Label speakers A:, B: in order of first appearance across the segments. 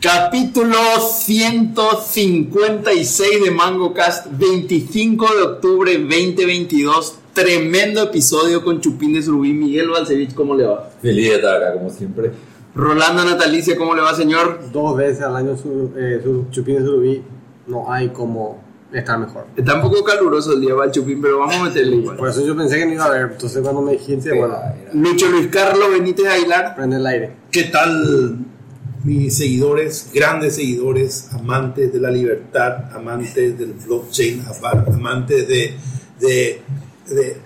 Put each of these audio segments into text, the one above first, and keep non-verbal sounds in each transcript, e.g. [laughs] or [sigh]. A: Capítulo 156 de Mango Cast, 25 de octubre 2022. Tremendo episodio con Chupines Rubí. Miguel Balcevich, ¿cómo le va?
B: Feliz de estar acá, como siempre.
A: Rolando Natalicia, ¿cómo le va, señor?
C: dos veces al año su, eh, su chupines surubí, no hay como estar mejor.
A: Está un poco caluroso el día, va el Chupín, pero vamos a meterle igual.
C: Por eso yo pensé que no iba a haber, entonces cuando me dijiste, bueno,
A: Lucho Luis Carlos Benítez Aguilar.
C: prende el aire.
D: ¿Qué tal mis seguidores, grandes seguidores, amantes de la libertad, amantes del blockchain, ama- amantes de, de, de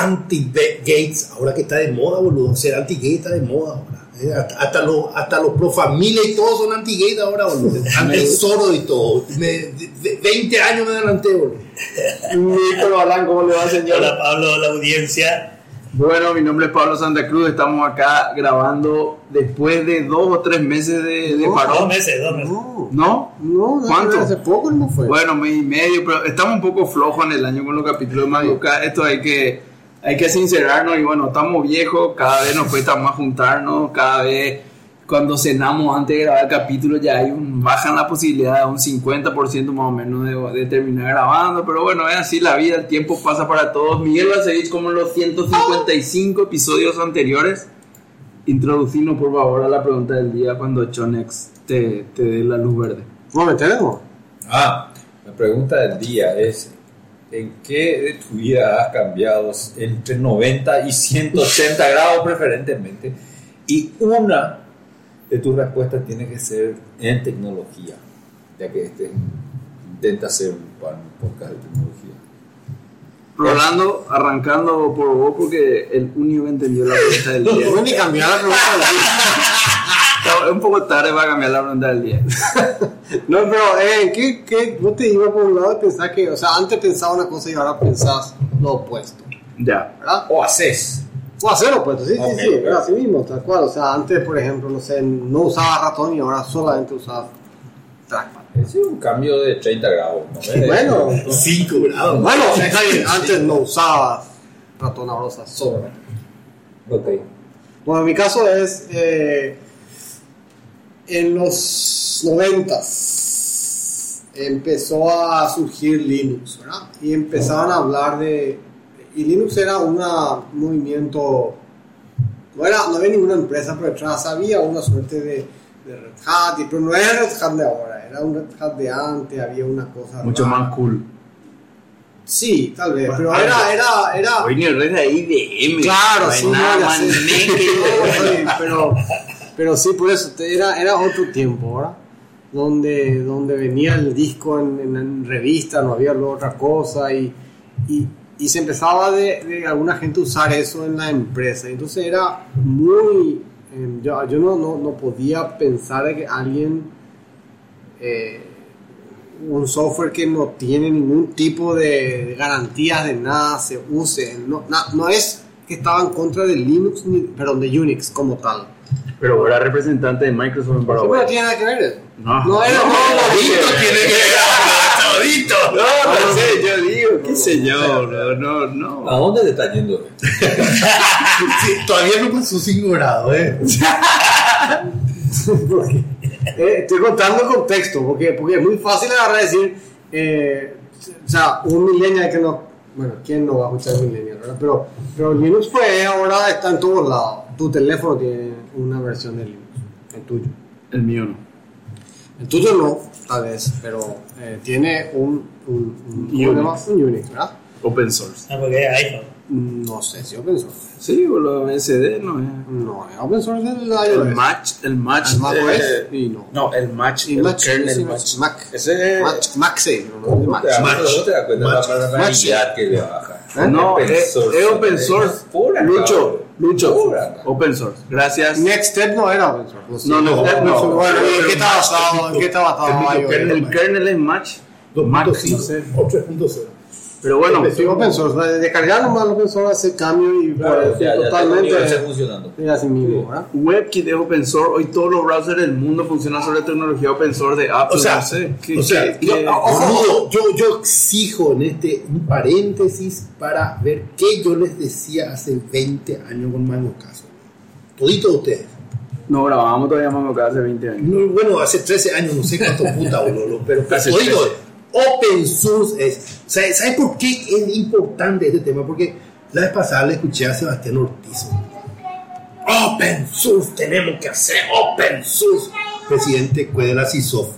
D: anti-Gates, ahora que está de moda, boludo, ser anti-Gates está de moda ahora. Eh, hasta- Hasta los, hasta los pro familia y todos son anti-Gates ahora,
E: [laughs]
D: boludo. Anti-Sordo y todo. Me- de- de- 20 años me adelanté, boludo.
A: Víctor Balán, ¿cómo le va, señor?
E: Hola Pablo, hola audiencia.
A: Bueno, mi nombre es Pablo Santa Cruz, estamos acá grabando después de dos o tres meses de, de
C: No,
E: Dos
A: parón,
E: meses, dos meses.
C: No,
A: ¿no?
C: no, no,
A: ¿Cuánto?
C: hace poco no fue.
A: Bueno, mes y medio, pero estamos un poco flojos en el año con los capítulos de Maduca, esto hay que, hay que sincerarnos y bueno, estamos viejos, cada vez nos cuesta más juntarnos, cada vez cuando cenamos antes de grabar el capítulo ya hay un, bajan la posibilidad de un 50% más o menos de, de terminar grabando, pero bueno, es así la vida, el tiempo pasa para todos. Miguel Balcevich, como en los 155 episodios anteriores, introducirnos por favor a la pregunta del día cuando Chonex te, te dé la luz verde.
C: ¿No me tenemos?
B: Ah, la pregunta del día es: ¿en qué de tu vida has cambiado entre 90 y 180 grados, preferentemente? Y una de tus respuestas tiene que ser en tecnología, ya que este intenta hacer un pan- un podcast de tecnología.
A: Rolando, arrancando por vos porque el único que entendió la pregunta del día.
C: [laughs] Bueno, ni cambiar la pregunta del día.
A: Está- Es un poco tarde para cambiar la pregunta del día.
C: No, pero, eh, ¿qué, qué? Vos te ibas por un lado y pensás que, o sea, antes pensaba una cosa y ahora pensás lo opuesto,
A: Ya.
C: ¿verdad?
B: O haces.
C: O hacer lo opuesto, sí,
B: Ok,
C: sí, sí,
B: ok.
C: pero así mismo, tal cual. O sea, antes, por ejemplo, no sé, no usaba ratón y ahora solamente usaba trackpad.
B: Es un cambio de 30 grados. ¿no?
C: Y bueno,
D: 5 grados.
C: Bueno, está bien, antes no usaba ratón rosa solo.
B: Ok.
C: Bueno, mi caso es eh, en los noventas empezó a surgir Linux, ¿verdad? Y empezaban a hablar de... Y Linux era una- un movimiento... No, era, no había ninguna empresa por detrás, había una suerte de, de Red Hat, y- pero no era Red Hat de ahora, era un Red Hat de antes, había una cosa...
A: Mucho
C: rara.
A: más cool.
C: Sí, tal vez, pero
A: Ah,
C: era, era, era.
A: Hoy ni red de IBM.
C: Claro,
A: No hay
C: sí,
A: nada
C: no, ya
A: más [laughs]
C: sé.
A: negro.
C: Sí, pero, pero sí, por eso, te- era, era otro tiempo, ¿verdad? Donde, donde venía el disco en, en- en revista, no había luego otra cosa, y, y, y se empezaba de, de alguna gente usar eso en la empresa. Entonces era muy. em, yo yo no, no, no podía pensar de que alguien. eh, un software que no tiene ningún tipo de garantías de nada se use. No, na- no es que estaba en contra de Linux, ni, perdón, de Unix como tal.
A: Pero era representante de Microsoft en
C: Sí, pero
A: Paraguay.
C: tiene nada que ver eso.
A: No.
C: No era no,
A: No, no sé, yo digo, qué sé yo, no, no, no.
B: ¿A dónde te está yendo esto?
D: Sí, todavía no pasó 5 grados, eh.
A: [laughs]
C: [laughs] Eh, estoy contando el contexto, porque, porque es muy fácil agarrar y decir, eh, o sea, un millennial que no, bueno, ¿quién no va a escuchar millennial, verdad? Pero, pero Linux pues ahora está en todos lados. Tu teléfono tiene una versión de Linux, el tuyo.
A: El mío no.
C: El tuyo no, tal vez, pero eh, tiene un, un, un, ¿cómo
A: Unix.
C: se llama? Un Unix, ¿verdad?
A: Open source.
C: Ah.
E: No, porque es iPhone.
C: No sé si open source.
A: Sí, boludo, MSD no es.
C: No, es open source es la
A: El
C: iOS.
A: match, el match.
C: El Mac
A: eh,
C: OS y pues. Ah, no.
A: No, el match,
C: Y
A: el
C: Mac,
A: kernel
C: sí,
A: match.
C: Mac.
B: Ese es-
C: Mac, Maxi, no, no, de Mac.
B: Te das-
D: Match.
B: no te das cuenta de la
D: Match.
B: barbaridad que le baja.
A: No,
B: Open
A: es,
B: source.
A: es open source.
B: Pura
A: Lucho,
B: cabrón.
A: Lucho,
B: Segura.
A: open source. Gracias.
C: Next Step no era open source, sé.
A: No, no, no, no.
C: Bueno, ¿y ¿en qué está basado? ¿En qué está
D: El
C: basado?
D: micro
C: iOS?
D: kernel.
A: El kernel es match. Max, no
D: 2.5,
A: sé.
D: 8.0.
A: Pero bueno,
C: Sí, open source, descargar nomás el open source hace cambio y
B: Claro,
C: sí,
B: ya, ya,
C: totalmente
B: está funcionando.
C: es así mismo, ¿verdad?
A: WebKit es open source. Hoy todos los browsers del mundo funcionan sobre tecnología open source de Apple.
D: O sea,
A: no sé. ¿Qué-
D: o sea,
A: qué-
D: yo,
A: qué-
D: boludo, yo, yo exijo en este un paréntesis para ver qué yo les decía hace 20 años con Mango Caso. Todito ustedes.
A: No grabamos todavía Mango cada hace 20 años.
D: No, bueno, hace 13 años, no sé cuánto puta, boludo, pero pero
A: Hace
D: todito, open source es. ¿Sabes sabe por qué es importante este tema? Porque la vez pasada le escuché a Sebastián Ortiz. Open source, tenemos que hacer open source. Presidente Cuedra CISOF.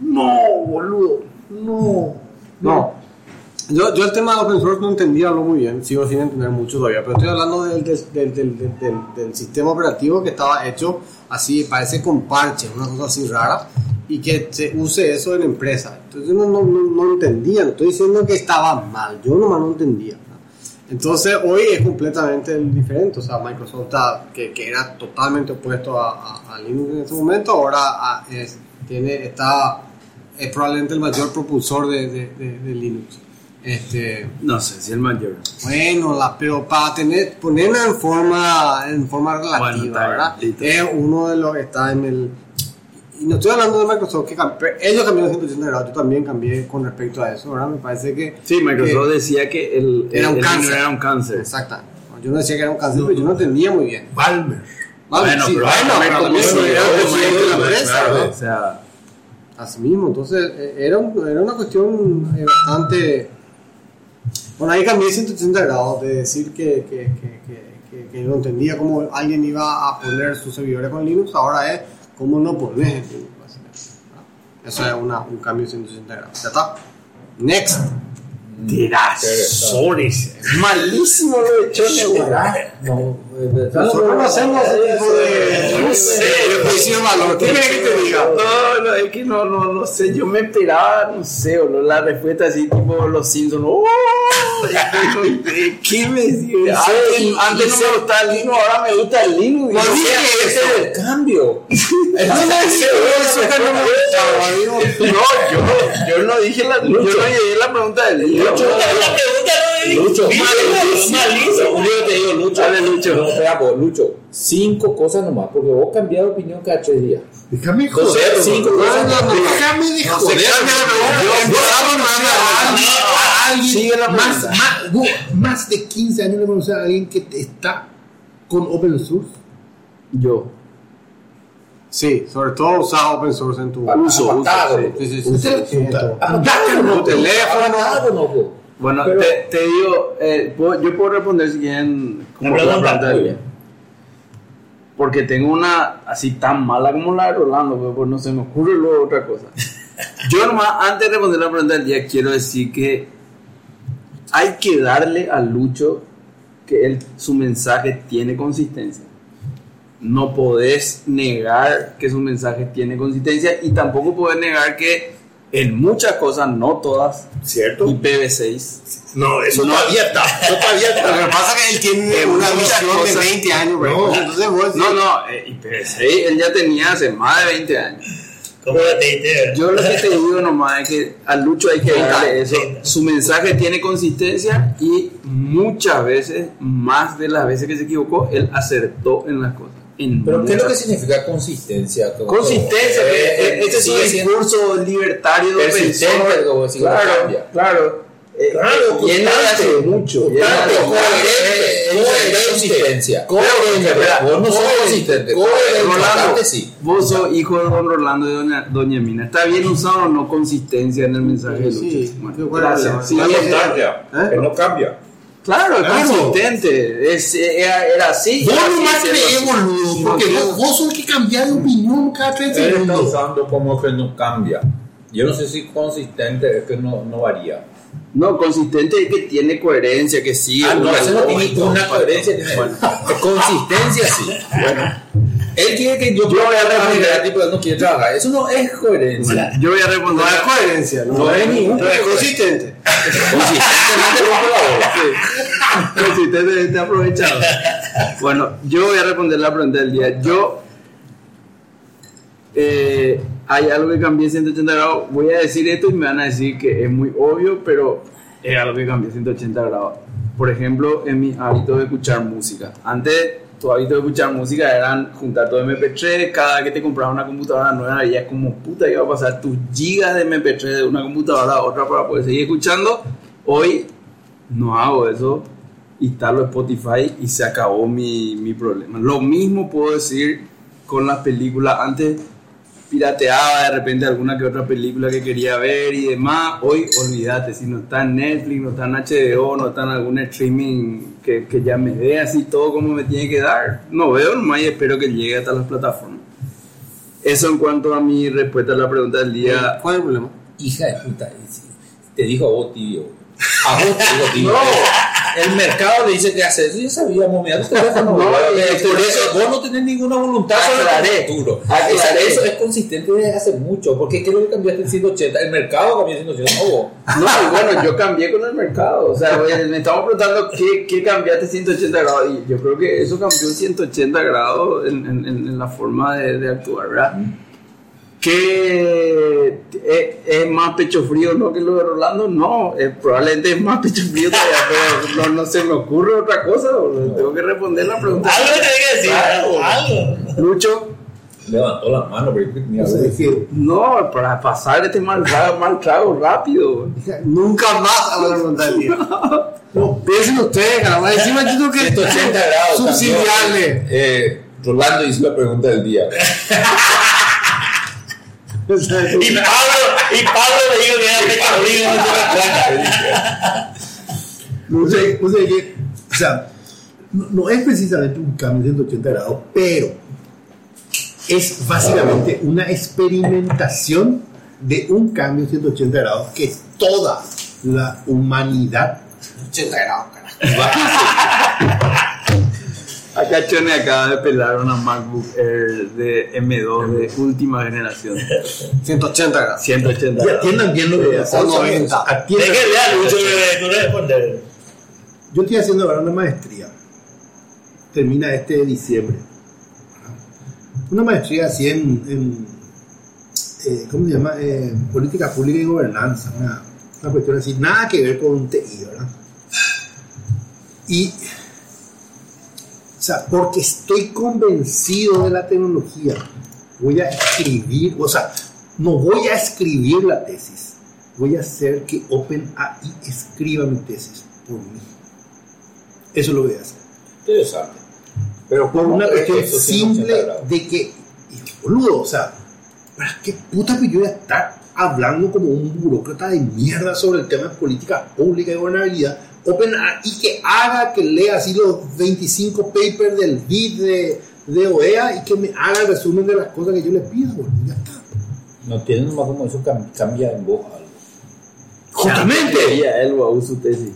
D: No, boludo, no.
C: No. Yo, yo el tema de open source no entendía lo muy bien, sigo sin entender mucho todavía, pero estoy hablando del, del, del, del, del- del- del sistema operativo que estaba hecho así, parece con parches, una cosa así rara, y que se use eso en empresa. Entonces yo no, no, no, no entendía, no estoy diciendo que estaba mal, yo nomás no entendía. ¿no? Entonces hoy es completamente diferente, o sea, Microsoft está- que, que era totalmente opuesto a, a- a Linux en ese momento, ahora ah, es- tiene, está, es probablemente el mayor propulsor de, de- de- de Linux. Este,
A: No sé si el mayor.
C: bueno, la- pero para tener, ponerla en forma, en forma relativa,
A: Bueno, está bien,
C: ¿verdad?
A: listo.
C: Es uno de los que está en el... Y no estoy hablando de Microsoft, que cam- ellos cambiaron 180 grados, yo también cambié con respecto a eso, ¿verdad? Me parece que...
A: Sí, Microsoft
C: que-
A: decía que el,
C: Era un
A: el
C: cáncer.
A: dinero era un cáncer.
C: Exactamente. Yo no decía que era un cáncer, pero yo no entendía muy bien.
D: Palmer.
C: Vale,
A: Bueno,
C: sí,
A: pero
C: bueno, pues,
A: ahora
C: pero
A: me
C: también
A: conozco,
C: se
A: yo
C: era
A: soy
C: presidente de la
D: hombre,
C: empresa,
D: claro.
C: ¿no?
A: O sea,
C: Así mismo, entonces eh, era, un- era una cuestión eh, bastante... Bueno, ahí cambié 180 grados de decir que, que, que, que, que- que no entendía cómo alguien iba a poner sus servidores con Linux, ahora es cómo no pones en Linux. básicamente, ¿no? Eso es una, un cambio de 180 grados. Ya está. Next.
E: Tirasones.
A: malísimo lo de Chone, güey.
B: No,
C: Nosotros no hacemos
A: eh,
C: ese tipo de...
A: No sé,
C: de juicio de valor. ¿Qué quieres que te diga?
A: No, no, es que no, no, no sé. Yo me esperaba, no sé, boludo, la respuesta así, tipo los Simpsons. ¡Oh! ¿Qué me decía? Antes, antes no me gustaba el Linux, ahora me gusta el Linux. No dije eso.
B: cambio.
A: No, yo, yo no dije la, yo no llegué a la pregunta del Linux.
E: La pregunta no es
B: Lucho,
E: malísimo. Malísimo.
B: Yo te digo, Lucho. Dale, Lucho. No, espera, vos, Lucho. Cinco cosas nomás, porque vos cambiás de opinión cada tres días.
D: Déjame
B: No sé,
D: joder.
B: cinco
D: boludo.
B: cosas.
D: Déjame de joder. a alguien
A: Sigue la
D: más,
A: pregunta.
D: más, vos, más de 15 años le conoces a alguien que te está con open source.
A: Yo.
C: Sí, sobre todo usar open source en tu...
A: Uso, uso,
B: Apartado.
A: sí.
C: Sí, sí, sí, sí,
D: Usted
C: sí, en tu-
D: no
C: tu teléfono.
B: no, vos.
A: Bueno,
B: Pero-
A: te, te digo, eh, puedo- yo puedo responder si quieren como
E: La
A: la
E: pregunta.
A: pregunta del día. Porque tengo una así tan mala como la de Rolando, pero pues no se me ocurre luego otra cosa. yo nomás, antes de responder la pregunta del día, quiero decir que hay que darle a Lucho que él, su mensaje tiene consistencia. No podés negar que su mensaje tiene consistencia y tampoco podés negar que en muchas cosas, no todas,
D: ¿Cierto?
A: y PB6
D: No, eso no abierta. Eso todavía
C: Lo que pasa es que él tiene
A: Eh,
C: una
A: muchas
C: visión de
A: cosas.
C: 20 años, güey.
D: No.
C: Entonces vos
A: No, no, eh, y PSI él ya tenía hace más de 20 años.
E: Como la TIT.
A: Yo lo que te digo nomás es que a Lucho hay que darle eso. Su mensaje tiene consistencia y muchas veces, más de las veces que se equivocó, él acertó en las cosas. En
B: Pero, ¿qué es lo que
A: muchas-
B: significa consistencia? Como-
A: Consistencia,
B: Eh,
A: que, eh,
B: eh,
A: este es un
B: sigue siendo-
A: discurso libertario.
B: Persistente,
A: pensón.
B: como decimos,
A: Claro,
B: cambia.
A: claro. Eh,
B: Claro,
A: viene de hace
B: constante,
A: mucho. viene de
B: Claro,
A: hace-
B: coherente, coherente, consistencia. Coherente,
A: espera,
B: vos no sos
A: coherente,
B: consistente.
A: coherente,
B: Rolando,
A: Rolando,
B: sí.
A: Vos sos hijo de don Rolando y doña, doña Mina. ¿Está bien usado o no consistencia en el mensaje de
C: Sí,
A: Lucho?
C: sí.
A: Bueno,
C: Yo creo
A: gracias.
C: que-
A: Sí,
C: Vamos a
A: sí.
C: estar ya.
A: ¿Eh?
B: no cambia.
A: Claro, es
D: Claro.
A: Ah, consistente. Es, era, era así.
D: Vos
A: era
D: no
A: así,
D: más
A: siendo
D: crees,
A: así.
D: boludo. Porque vos, vos sos el que cambiás de opinión cada 3
B: Él está
D: segundos.
B: usando como que no cambia. Yo no sé si consistente es que no, no varía.
A: No, consistente es que tiene coherencia, que sí.
B: Ah, no,
A: una
B: eso no tiene
A: lógica,
B: ninguna
A: un
B: coherencia. tiene-
A: Bueno.
B: Consistencia sí. Él quiere que yo,
A: Yo voy a responder.
B: tipo, él no quiere trabajar. Eso no es [laughs] coherencia.
A: Yo voy a responder.
C: es coherencia, ¿no?
B: No es ningún
C: No es
B: problema.
C: consistente.
B: Consistentemente no colabora.
A: [laughs] Sí. Consistente es este aprovechado. Bueno, yo voy a responder la pregunta del día. Yo, eh, hay algo que cambié 180 grados. Voy a decir esto y me van a decir que es muy obvio, pero es algo que cambié 180 grados. Por ejemplo, en mi hábito de escuchar música. Antes, tu hábito de escuchar música eran juntar todo MP3. Cada vez que te comprabas una computadora nueva, ya es como puta, iba a pasar tus gigas de MP3 de una computadora a otra para poder seguir escuchando. Hoy no hago eso, instalo Spotify y se acabó mi, mi problema. Lo mismo puedo decir con las películas. Antes pirateaba de repente alguna que otra película que quería ver y demás. Hoy olvídate, si no está en Netflix, no está en HBO, no está en algún streaming que, que ya me dé así todo como me tiene que dar. No veo nomás y espero que llegue hasta las plataformas. Eso en cuanto a mi respuesta a la pregunta del día.
C: ¿Cuál es el problema?
B: Hija de puta, es- te dijo a vos tibio. A vos te dijo tibio. El mercado le dice que hace eso, ya sabíamos, mira tu teléfono.
A: No,
B: boludo.
A: eh,
B: por
A: eh,
B: eso vos no tenés ninguna voluntad
A: Aclaré,
B: sobre tu futuro.
A: aclaré.
B: Eso es consistente desde hace mucho, porque creo que cambiaste el 180, el mercado cambió el 180, no vos.
A: No, y bueno, yo cambié con el mercado. O sea, oye, me estamos preguntando qué, qué cambiaste 180 grados. Y yo creo que eso cambió 180 grados en, en- en- en la forma de, de actuar, ¿verdad? ¿Qué eh, es, más pecho frío no que lo de Rolando? No, eh, probablemente es más pecho frío todavía, pero no, no se me ocurre otra cosa. boludo. Tengo que responder la pregunta.
E: Algo tenés que decir, algo. algo.
A: Lucho,
B: Levantó la mano, pero ni
D: No
B: habló.
D: sé de qué.
A: no, para pasar este mal, tra- mal trago rápido.
C: Nunca más hago la pregunta del día. No, piensen ustedes, caramba. Encima yo tengo que
B: 180 grados.
C: subsidiarle.
B: cambió. Eh, Rolando hizo la pregunta del día.
C: O sea,
E: Y Pablo, y Pablo me dijo que era pecho frío. no se me
D: No sé,
E: acuerda.
D: no sé qué. O sea, no, no es precisamente un cambio de 180 grados, pero es básicamente una experimentación de un cambio de 180 grados que toda la humanidad
C: 80 grados, carajo.
A: Acá Chone acaba de pelar una MacBook Air de M2 de última generación.
C: 180 grados.
A: 180
D: Y
A: grados.
D: atiendan bien lo que voy a hacer.
C: O 90.
D: Atiendan-
E: Es que vea, Lucho, que tú respondes.
D: Yo estoy haciendo ahora una maestría. Termina este de diciembre. Una maestría así en, en, eh, ¿cómo se llama? Eh, política pública y gobernanza. Una, una cuestión así, nada que ver con un TI, ¿verdad? Y, o sea, porque estoy convencido de la tecnología, voy a escribir, o sea, no voy a escribir la tesis, voy a hacer que OpenAI escriba mi tesis por mí. Eso es lo que voy a hacer.
B: Interesante. Pero
D: Por
B: ¿cómo
D: una
B: es
D: cuestión
B: esto, 180
D: simple
B: grados?
D: de que, y, boludo, o sea, ¿para qué puta que yo voy a estar hablando como un burócrata de mierda sobre el tema de política pública y gobernabilidad? OpenAI que haga que lea así los 25 papers del BID de, de OEA y que me haga el resumen de las cosas que yo le pido, boludo, ya está.
B: No tienen nomás como eso cam- cambia en voz algo.
D: Justamente.
A: Ella, él o su tesis.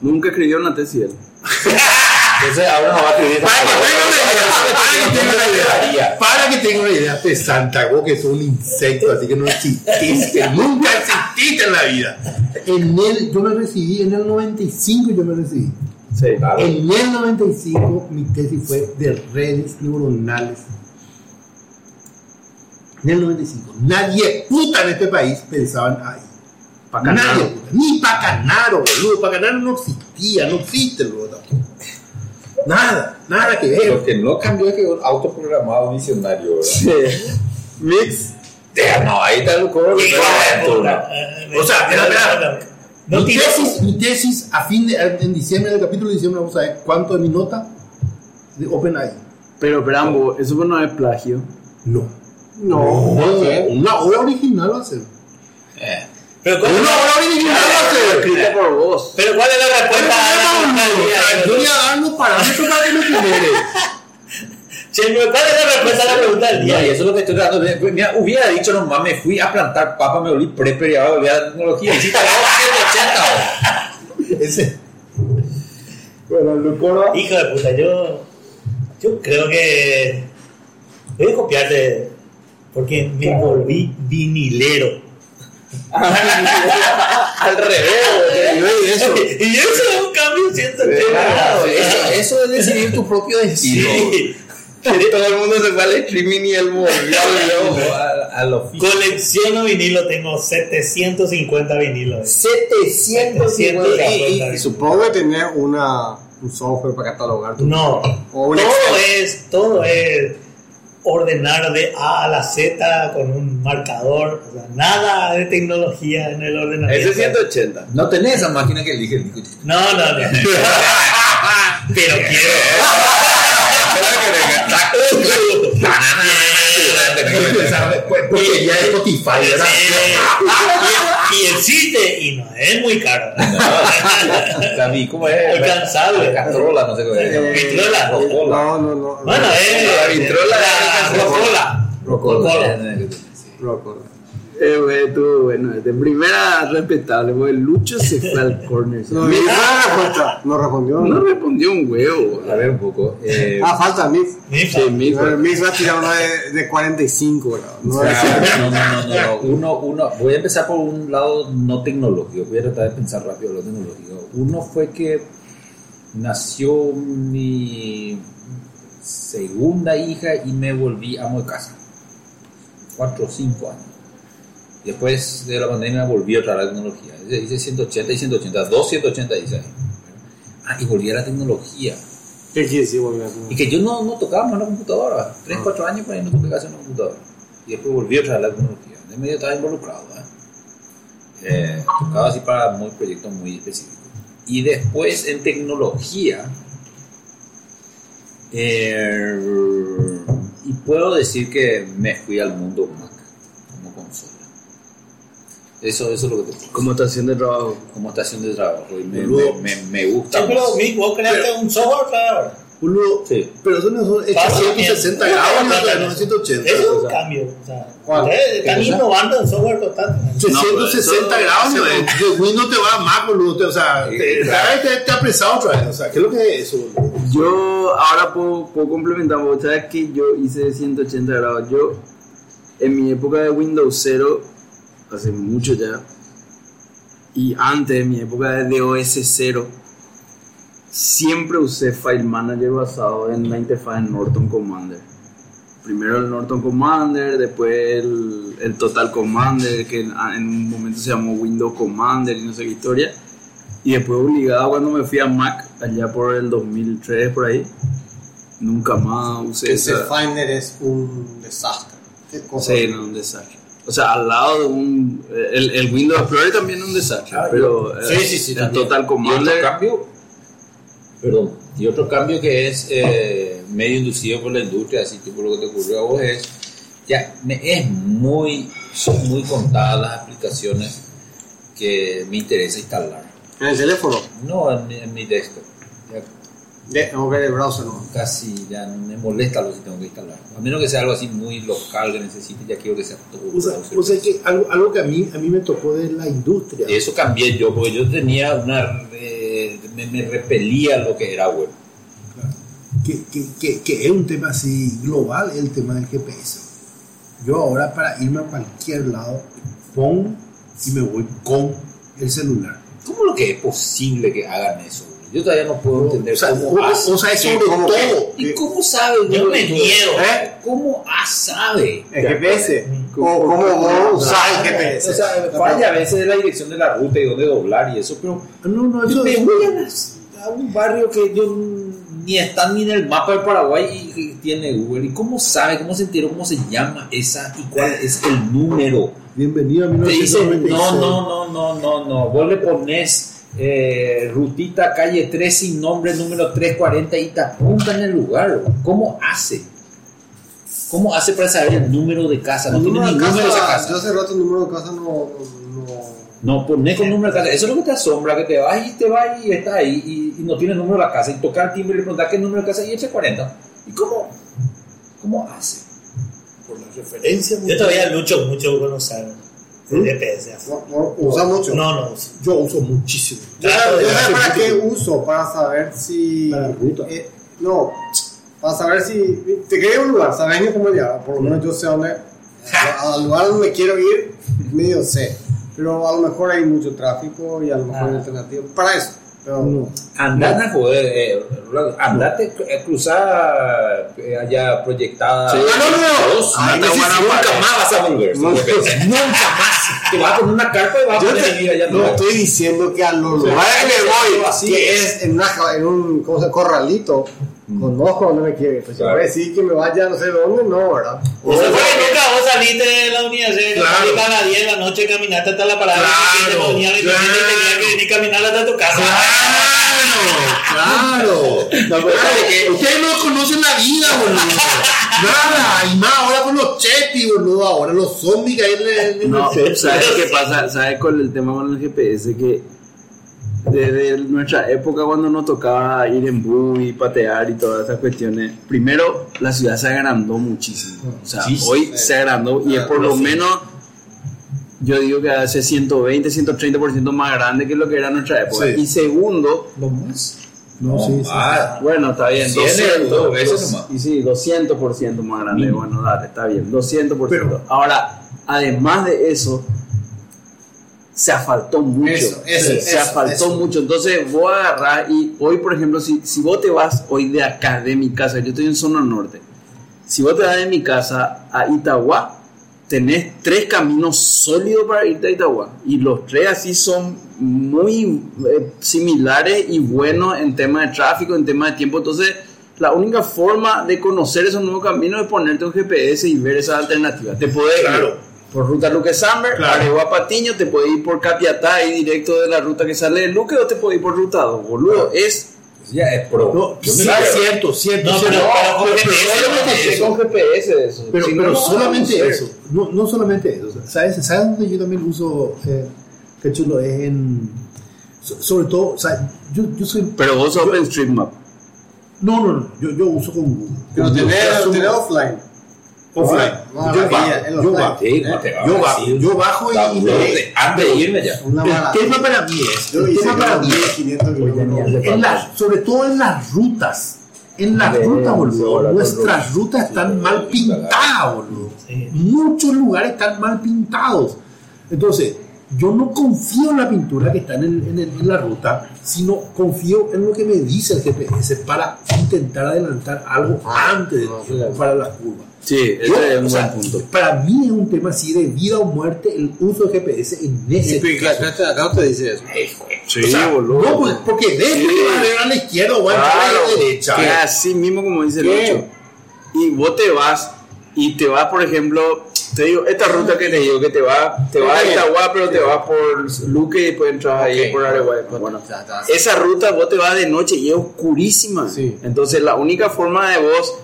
A: Nunca escribió una tesis él.
B: Entonces ahora no va a escribir.
D: Para que tenga una idea de Santa Go, que es un insecto, así que no exististe, [laughs] nunca exististe en la vida. En el, yo me recibí, en el 95 yo me recibí.
A: Sí.
D: En el 95 mi tesis fue de redes neuronales. En el 95. Nadie puta en este país pensaba en ahí.
A: Pacanaro.
D: Nadie puta. Ni Pacanaro, boludo. Pacanaro no existía, no existe, boludo. tampoco. Nada, nada que ver.
B: Lo que no cambió es que un autoprogramado visionario, ¿verdad?
A: Mix.
B: Ya, No, ahí está el cobro.
E: Hijo de puta.
D: O sea, espera, espera.
E: No
D: mi,
E: tiró.
D: tesis, mi tesis a fin de, en diciembre, en el capítulo de diciembre, vamos a ver cuánto es mi nota de OpenAI.
A: Pero, pero, ambos, eso no es plagio.
D: No.
C: No, no sé.
D: Una obra original va a ser.
E: Pero ¿cuál,
D: original
A: Escrita por vos.
E: pero ¿cuál es la respuesta a la pregunta del día?
D: Yo voy a dar los parámetros para que me genere.
E: Che, pero ¿cuál es la respuesta a la pregunta del
B: Mira,
E: día?
B: y eso es lo que estoy tratando de. pues, Mira, hubiera dicho nomás, me fui a plantar papa, me volví prepper y ahora volví a la tecnología. Y si te hago 180, boludo.
D: Ese.
A: Bueno, Lucoro.
E: Hijo de puta, yo. Yo creo que. Voy a copiarte. Porque me volví vinilero.
A: Al revés, boludo.
E: [laughs] Y eso es un cambio de 180
B: Ah,
A: Claro,
E: grados.
B: [laughs]
A: eso, eso es decidir tu propio destino.
E: Sí.
A: Todo el mundo se fue al streaming y él volvió.
B: Yo al, al oficio.
E: Colecciono vinilo, tengo 750 vinilos.
A: 750.
C: Y, y- y supongo que tener una, un software para catalogar tu.
E: No, eh.
C: O
E: todo
C: un Excel.
E: es, todo es ordenar de A a la Z con un marcador, o sea, nada de tecnología en el ordenamiento.
A: Ese 180.
B: No tenés esa máquina que elige. dijo,
E: No,
C: [laughs]
E: no, no. Pero quiero.
D: Porque ya es Spotify, ¿verdad?
E: Y y existe y no es muy caro.
B: Gaby, ¿cómo es?
E: Alcanzable.
B: Catrola, no sé cómo
C: Eh,
B: es.
E: Vitrola.
C: No, no, no.
E: Bueno, eh.
A: La
E: es
A: vitrola
E: la
A: de la
E: rocola.
B: Rocola.
C: Rocola.
A: Eh, güey, estuvo bueno. De primera, respetable, güey. Lucho se fue al corner.
C: No,
A: Mira,
C: no respuesta. No respondió.
A: no respondió un huevo. Ah,
B: A ver un poco. Eh,
C: Ah, falta Miff.
E: Nifa.
A: Sí, mi hijo.
C: Miff va a tirar una de, de 45, ¿verdad? No,
B: o
C: de
B: sea, no, no, no, no. Uno, uno, voy a empezar por un lado no tecnológico. Voy a tratar de pensar rápido lo tecnológico. Uno fue que nació mi segunda hija y me volví amo de casa. Cuatro o cinco años. Después de la pandemia volví otra vez a la tecnología. Hice 180 y 180, dos 180 hice ahí. Ah, y volví a la tecnología.
C: ¿Qué quiere decir, boludo?
B: Y que yo no, no tocaba más la computadora.
E: Ah.
B: 3, 4 años por ahí no tocaba hacer una computadora. Y después volví otra vez a la tecnología. De medio estaba involucrado. ¿eh? Eh, tocaba así para muy proyectos muy específicos. Y después en tecnología. eh, y puedo decir que me fui al mundo Mac como consola. Eso, eso es lo que te
A: Como estación de trabajo.
B: Como estación de trabajo. Y me,
D: Luego-
B: me, me- me gusta.
E: Sí, pero
B: más.
E: Mick, vos creaste un software para ahora.
D: Boludo,
B: Sí.
D: pero eso no son es
E: Pasa
D: 160
E: bien.
D: grados,
E: Pasa bien.
D: no es 180.
E: Eso es un
D: o sea,
E: cambio. O sea,
C: ¿Cuál?
E: ustedes
C: ¿Qué
E: están
C: cosa?
E: innovando en software constantemente.
A: No, pero
D: 160
A: eso-
D: grados,
A: eso-
D: no es. De Windows te va más, boludo. te- O sea,
B: Sí,
D: te,
B: claro.
D: te, te ha apresado otra vez. O sea, ¿qué es lo que es eso, boludo?
A: Yo ahora puedo, puedo complementar, vos sabes que yo hice 180 grados. Yo, en mi época de Windows 0, hace mucho ya, y antes, en mi época de DOS 0, siempre usé File Manager basado en la interfaz de Norton Commander. Primero el Norton Commander, después el, el Total Commander, que en, en un momento se llamó Windows Commander y no sé qué historia. Y después obligado cuando me fui a Mac, allá por el 2003, por ahí, nunca más usé
C: Que ese
A: esa-
C: Finder es un desastre. Qué cosa.
A: Sí, no, un desastre. O sea, al lado de un... El, el Windows Explorer también es un desastre,
B: Ah,
A: pero...
B: sí,
A: eh,
B: sí, sí,
A: el
B: también.
A: Total
B: Y otro
A: Commander...
B: cambio, perdón, y otro cambio que es eh, medio inducido por la industria, así tipo lo que te ocurrió a vos es, ya, me, es muy, son muy contadas las aplicaciones que me interesa instalar.
C: En el teléfono.
B: No en, mi- en mi desktop, ya
C: De, tengo que ver el browser, ¿no?
B: casi ya me molesta lo que tengo que instalar. A menos que sea algo así muy local que necesite, ya quiero que sea todo.
D: O sea,
B: browser.
D: o sea que algo, algo que a mí, a mí me tocó de la industria.
B: Eso cambié yo, porque yo tenía una... eh, me, me repelía lo que era web.
D: que, que, que, que es un tema así global el tema del GPS. Yo ahora para irme a cualquier lado, pongo y me voy con el celular.
B: ¿Cómo lo que es posible que hagan eso? boludo? Yo todavía no puedo entender
D: O sea,
B: cómo
D: o-
B: hacen.
D: o sea, es
C: Sí,
D: sobre
C: ¿cómo que?
D: todo.
B: ¿Y cómo sabe?
E: Yo
B: boludo?
E: me niego.
C: ¿Eh?
B: ¿Cómo ah, sabe?
C: El GPS.
E: Mm.
C: O cómo vos usás el GPS.
B: O sea, falla a veces la dirección de la ruta y dónde doblar y eso, pero
D: No, no, eso
B: me
D: es-
B: voy a, las- a un barrio que yo ni está ni en el mapa de Paraguay y, y tiene Google. ¿Y cómo sabe? ¿Cómo se enteró? ¿Cómo se llama esa? ¿Y cuál es el número?
D: Bienvenido a
B: Te dicen,
D: 1996.
B: no, no, no, no, no, no. Vos le pones eh, rutita calle 3 sin nombre, número 340 y te apunta en el lugar. ¿Cómo hace? ¿Cómo hace para saber el número de casa? No tiene ni
C: de
B: número de
C: casa. Yo
B: casa.
C: hace rato el número de casa no. no, no-
B: No, pones con número de casa. Eso es lo que te asombra, que te vas y te vas y está ahí y, y no tiene número de la casa. Y toca el timbre y le preguntas qué número de casa y echa 40. ¿Y cómo? ¿Cómo hace?
D: Por la referencia.
E: Yo todavía lucho mucho con usar
D: ¿Mm?
E: el GPS.
C: no- no usa mucho.
E: No, no uso.
D: Yo uso muchísimo.
C: Yo
E: Trato
C: sé-
E: de
C: yo sé
E: hacer
C: para qué
E: mucho.
C: uso, para saber si.
D: Para la ruta.
C: eh, no, para saber si. Te quería un lugar, sabes ni cómo llegar. Por lo menos yo sé dónde. a- Al lugar donde quiero ir, medio sé. pero a lo mejor hay mucho tráfico y a lo mejor hay
E: Ah.
C: alternativas para eso. Pero
B: Andate a joder, eh, Rolando, andate, eh, cruzá eh, allá proyectada.
A: Sí.
B: Ah, no, no, no.
A: Ah,
B: Andate,
A: no,
B: nunca
A: no, no.
B: más vas a volver.
C: [laughs] No.
B: Nunca más. Te vas a poner una carpa y vas a
C: yo
B: poder
C: te-
B: vivir allá.
C: no estoy diciendo que a los lugares
A: que voy.
B: Así
C: que
B: es.
C: es en, una ja- en un ¿cómo se llama? corralito, conozco donde me quiere. Pues
B: Claro.
C: yo voy a decir que me vaya no sé dónde, no, ¿verdad?
E: O sea, nunca vos saliste de la universidad
D: Claro.
E: y a las 10 de la noche caminaste hasta la parada
D: Claro,
E: y te ponían y
D: claro.
E: tenías que venir a caminar hasta tu casa.
D: Claro, claro. Ustedes no conocen la vida, boludo. Nada, y más ahora con los chetis, boludo. Ahora los zombies que hay en el-
B: [laughs]
D: en
A: No,
D: el set.
A: ¿sabes qué pasa? ¿Sabes con el tema con el GPS? Que desde nuestra época cuando nos tocaba ir en bus y patear y todas esas cuestiones, primero la ciudad se agrandó muchísimo. O sea,
B: Muchísimo.
A: hoy se agrandó y es
B: Ah,
A: por lo menos, yo digo que hace 120, 130% más grande que lo que era nuestra época.
D: Sí.
A: Y segundo,
D: No, sí, sí.
B: Ah,
A: bueno, está bien,
B: 100, dos veces nomás.
A: y sí, 200% más grande. Bueno, dale, está bien, 200%.
D: Pero-
A: Ahora, además de eso, se asfaltó mucho.
C: Eso, eso,
A: Sí, se
C: eso,
A: asfaltó
C: eso.
A: mucho. Entonces, vos agarrás y hoy, por ejemplo, si, si vos te vas hoy de acá, de mi casa, yo estoy en zona norte, si vos te vas de mi casa a Itagua, tenés tres caminos sólidos para irte a Itagua. Y los tres así son muy eh, similares y buenos en tema de tráfico, en tema de tiempo. Entonces, la única forma de conocer esos nuevos caminos es ponerte un GPS y ver esas alternativas. Te podés ir
D: Claro.
A: por ruta Luque Samber,
D: Claro.
A: Areguá a Patiño, te podés ir por Capiatá y directo de la ruta que sale de Luque o te podés ir por ruta 2, boludo. Es
B: ya es pro.
D: No,
B: Yo me
D: sí,
B: quedo.
D: siento, siento.
E: No,
D: siento.
E: pero- pero con
D: pero-
E: GPS,
D: pero-
E: no,
D: pero-
A: es con GPS de eso.
D: Pero,
A: Si no,
D: pero
A: no vamos a
D: solamente
A: ver.
D: eso, no, no solamente eso. ¿Sabes, ¿Sabes dónde yo también uso eh, qué chulo? Es en. so- Sobre todo, o sea, yo, yo soy.
A: Pero vos sos OpenStreetMap.
D: No, no, no, yo, yo uso con Google.
C: Pero
D: Con Google.
C: tener,
D: Yo asumo-
C: tener offline.
D: offline.
C: No,
D: yo
C: no,
D: bajo,
C: en los
D: yo
C: offline.
D: bajo.
B: Sí, no te va a
D: Yo
B: decir.
D: bajo, yo bajo y.
B: Tan
D: y-
B: verde. Antes de irme ya.
C: Una mala.
D: el tema para mí es.
C: Yo
D: El
C: hice
D: tema para
C: como
D: mí es
C: 500 kilómetros.
D: en las- sobre todo en las rutas. En las
B: De-
D: rutas,
B: ahora
D: boludo.
B: con rutas.
D: Nuestras rutas
B: Sí,
D: están mal
B: sí,
D: pintadas, boludo.
E: Sí.
D: Muchos lugares están mal pintados. Entonces, yo no confío en la pintura que está en, el- en el- en la ruta, sino confío en lo que me dice el GPS para intentar adelantar algo antes de- para las curvas.
A: Sí,
D: Yo,
A: ese es un
D: o sea,
A: buen punto.
D: Para mí es un tema así de vida o muerte el uso de GPS en ese caso.
C: Acá usted dice eso.
A: Sí,
D: O sea, No, pues, porque de
A: Sí.
D: va a llegar a la izquierda o va a llegar a la derecha.
A: Que así mismo como dice
D: ¿Qué?
A: el 8. Y vos te vas, y te vas, por ejemplo, te digo, esta ruta que te digo, que te va, te va a Itagua, pero te vas por Luque y después entras ahí por Areguay. Bueno, esa ruta vos te vas de noche y es oscurísima.
C: Sí.
A: Entonces la única forma de vos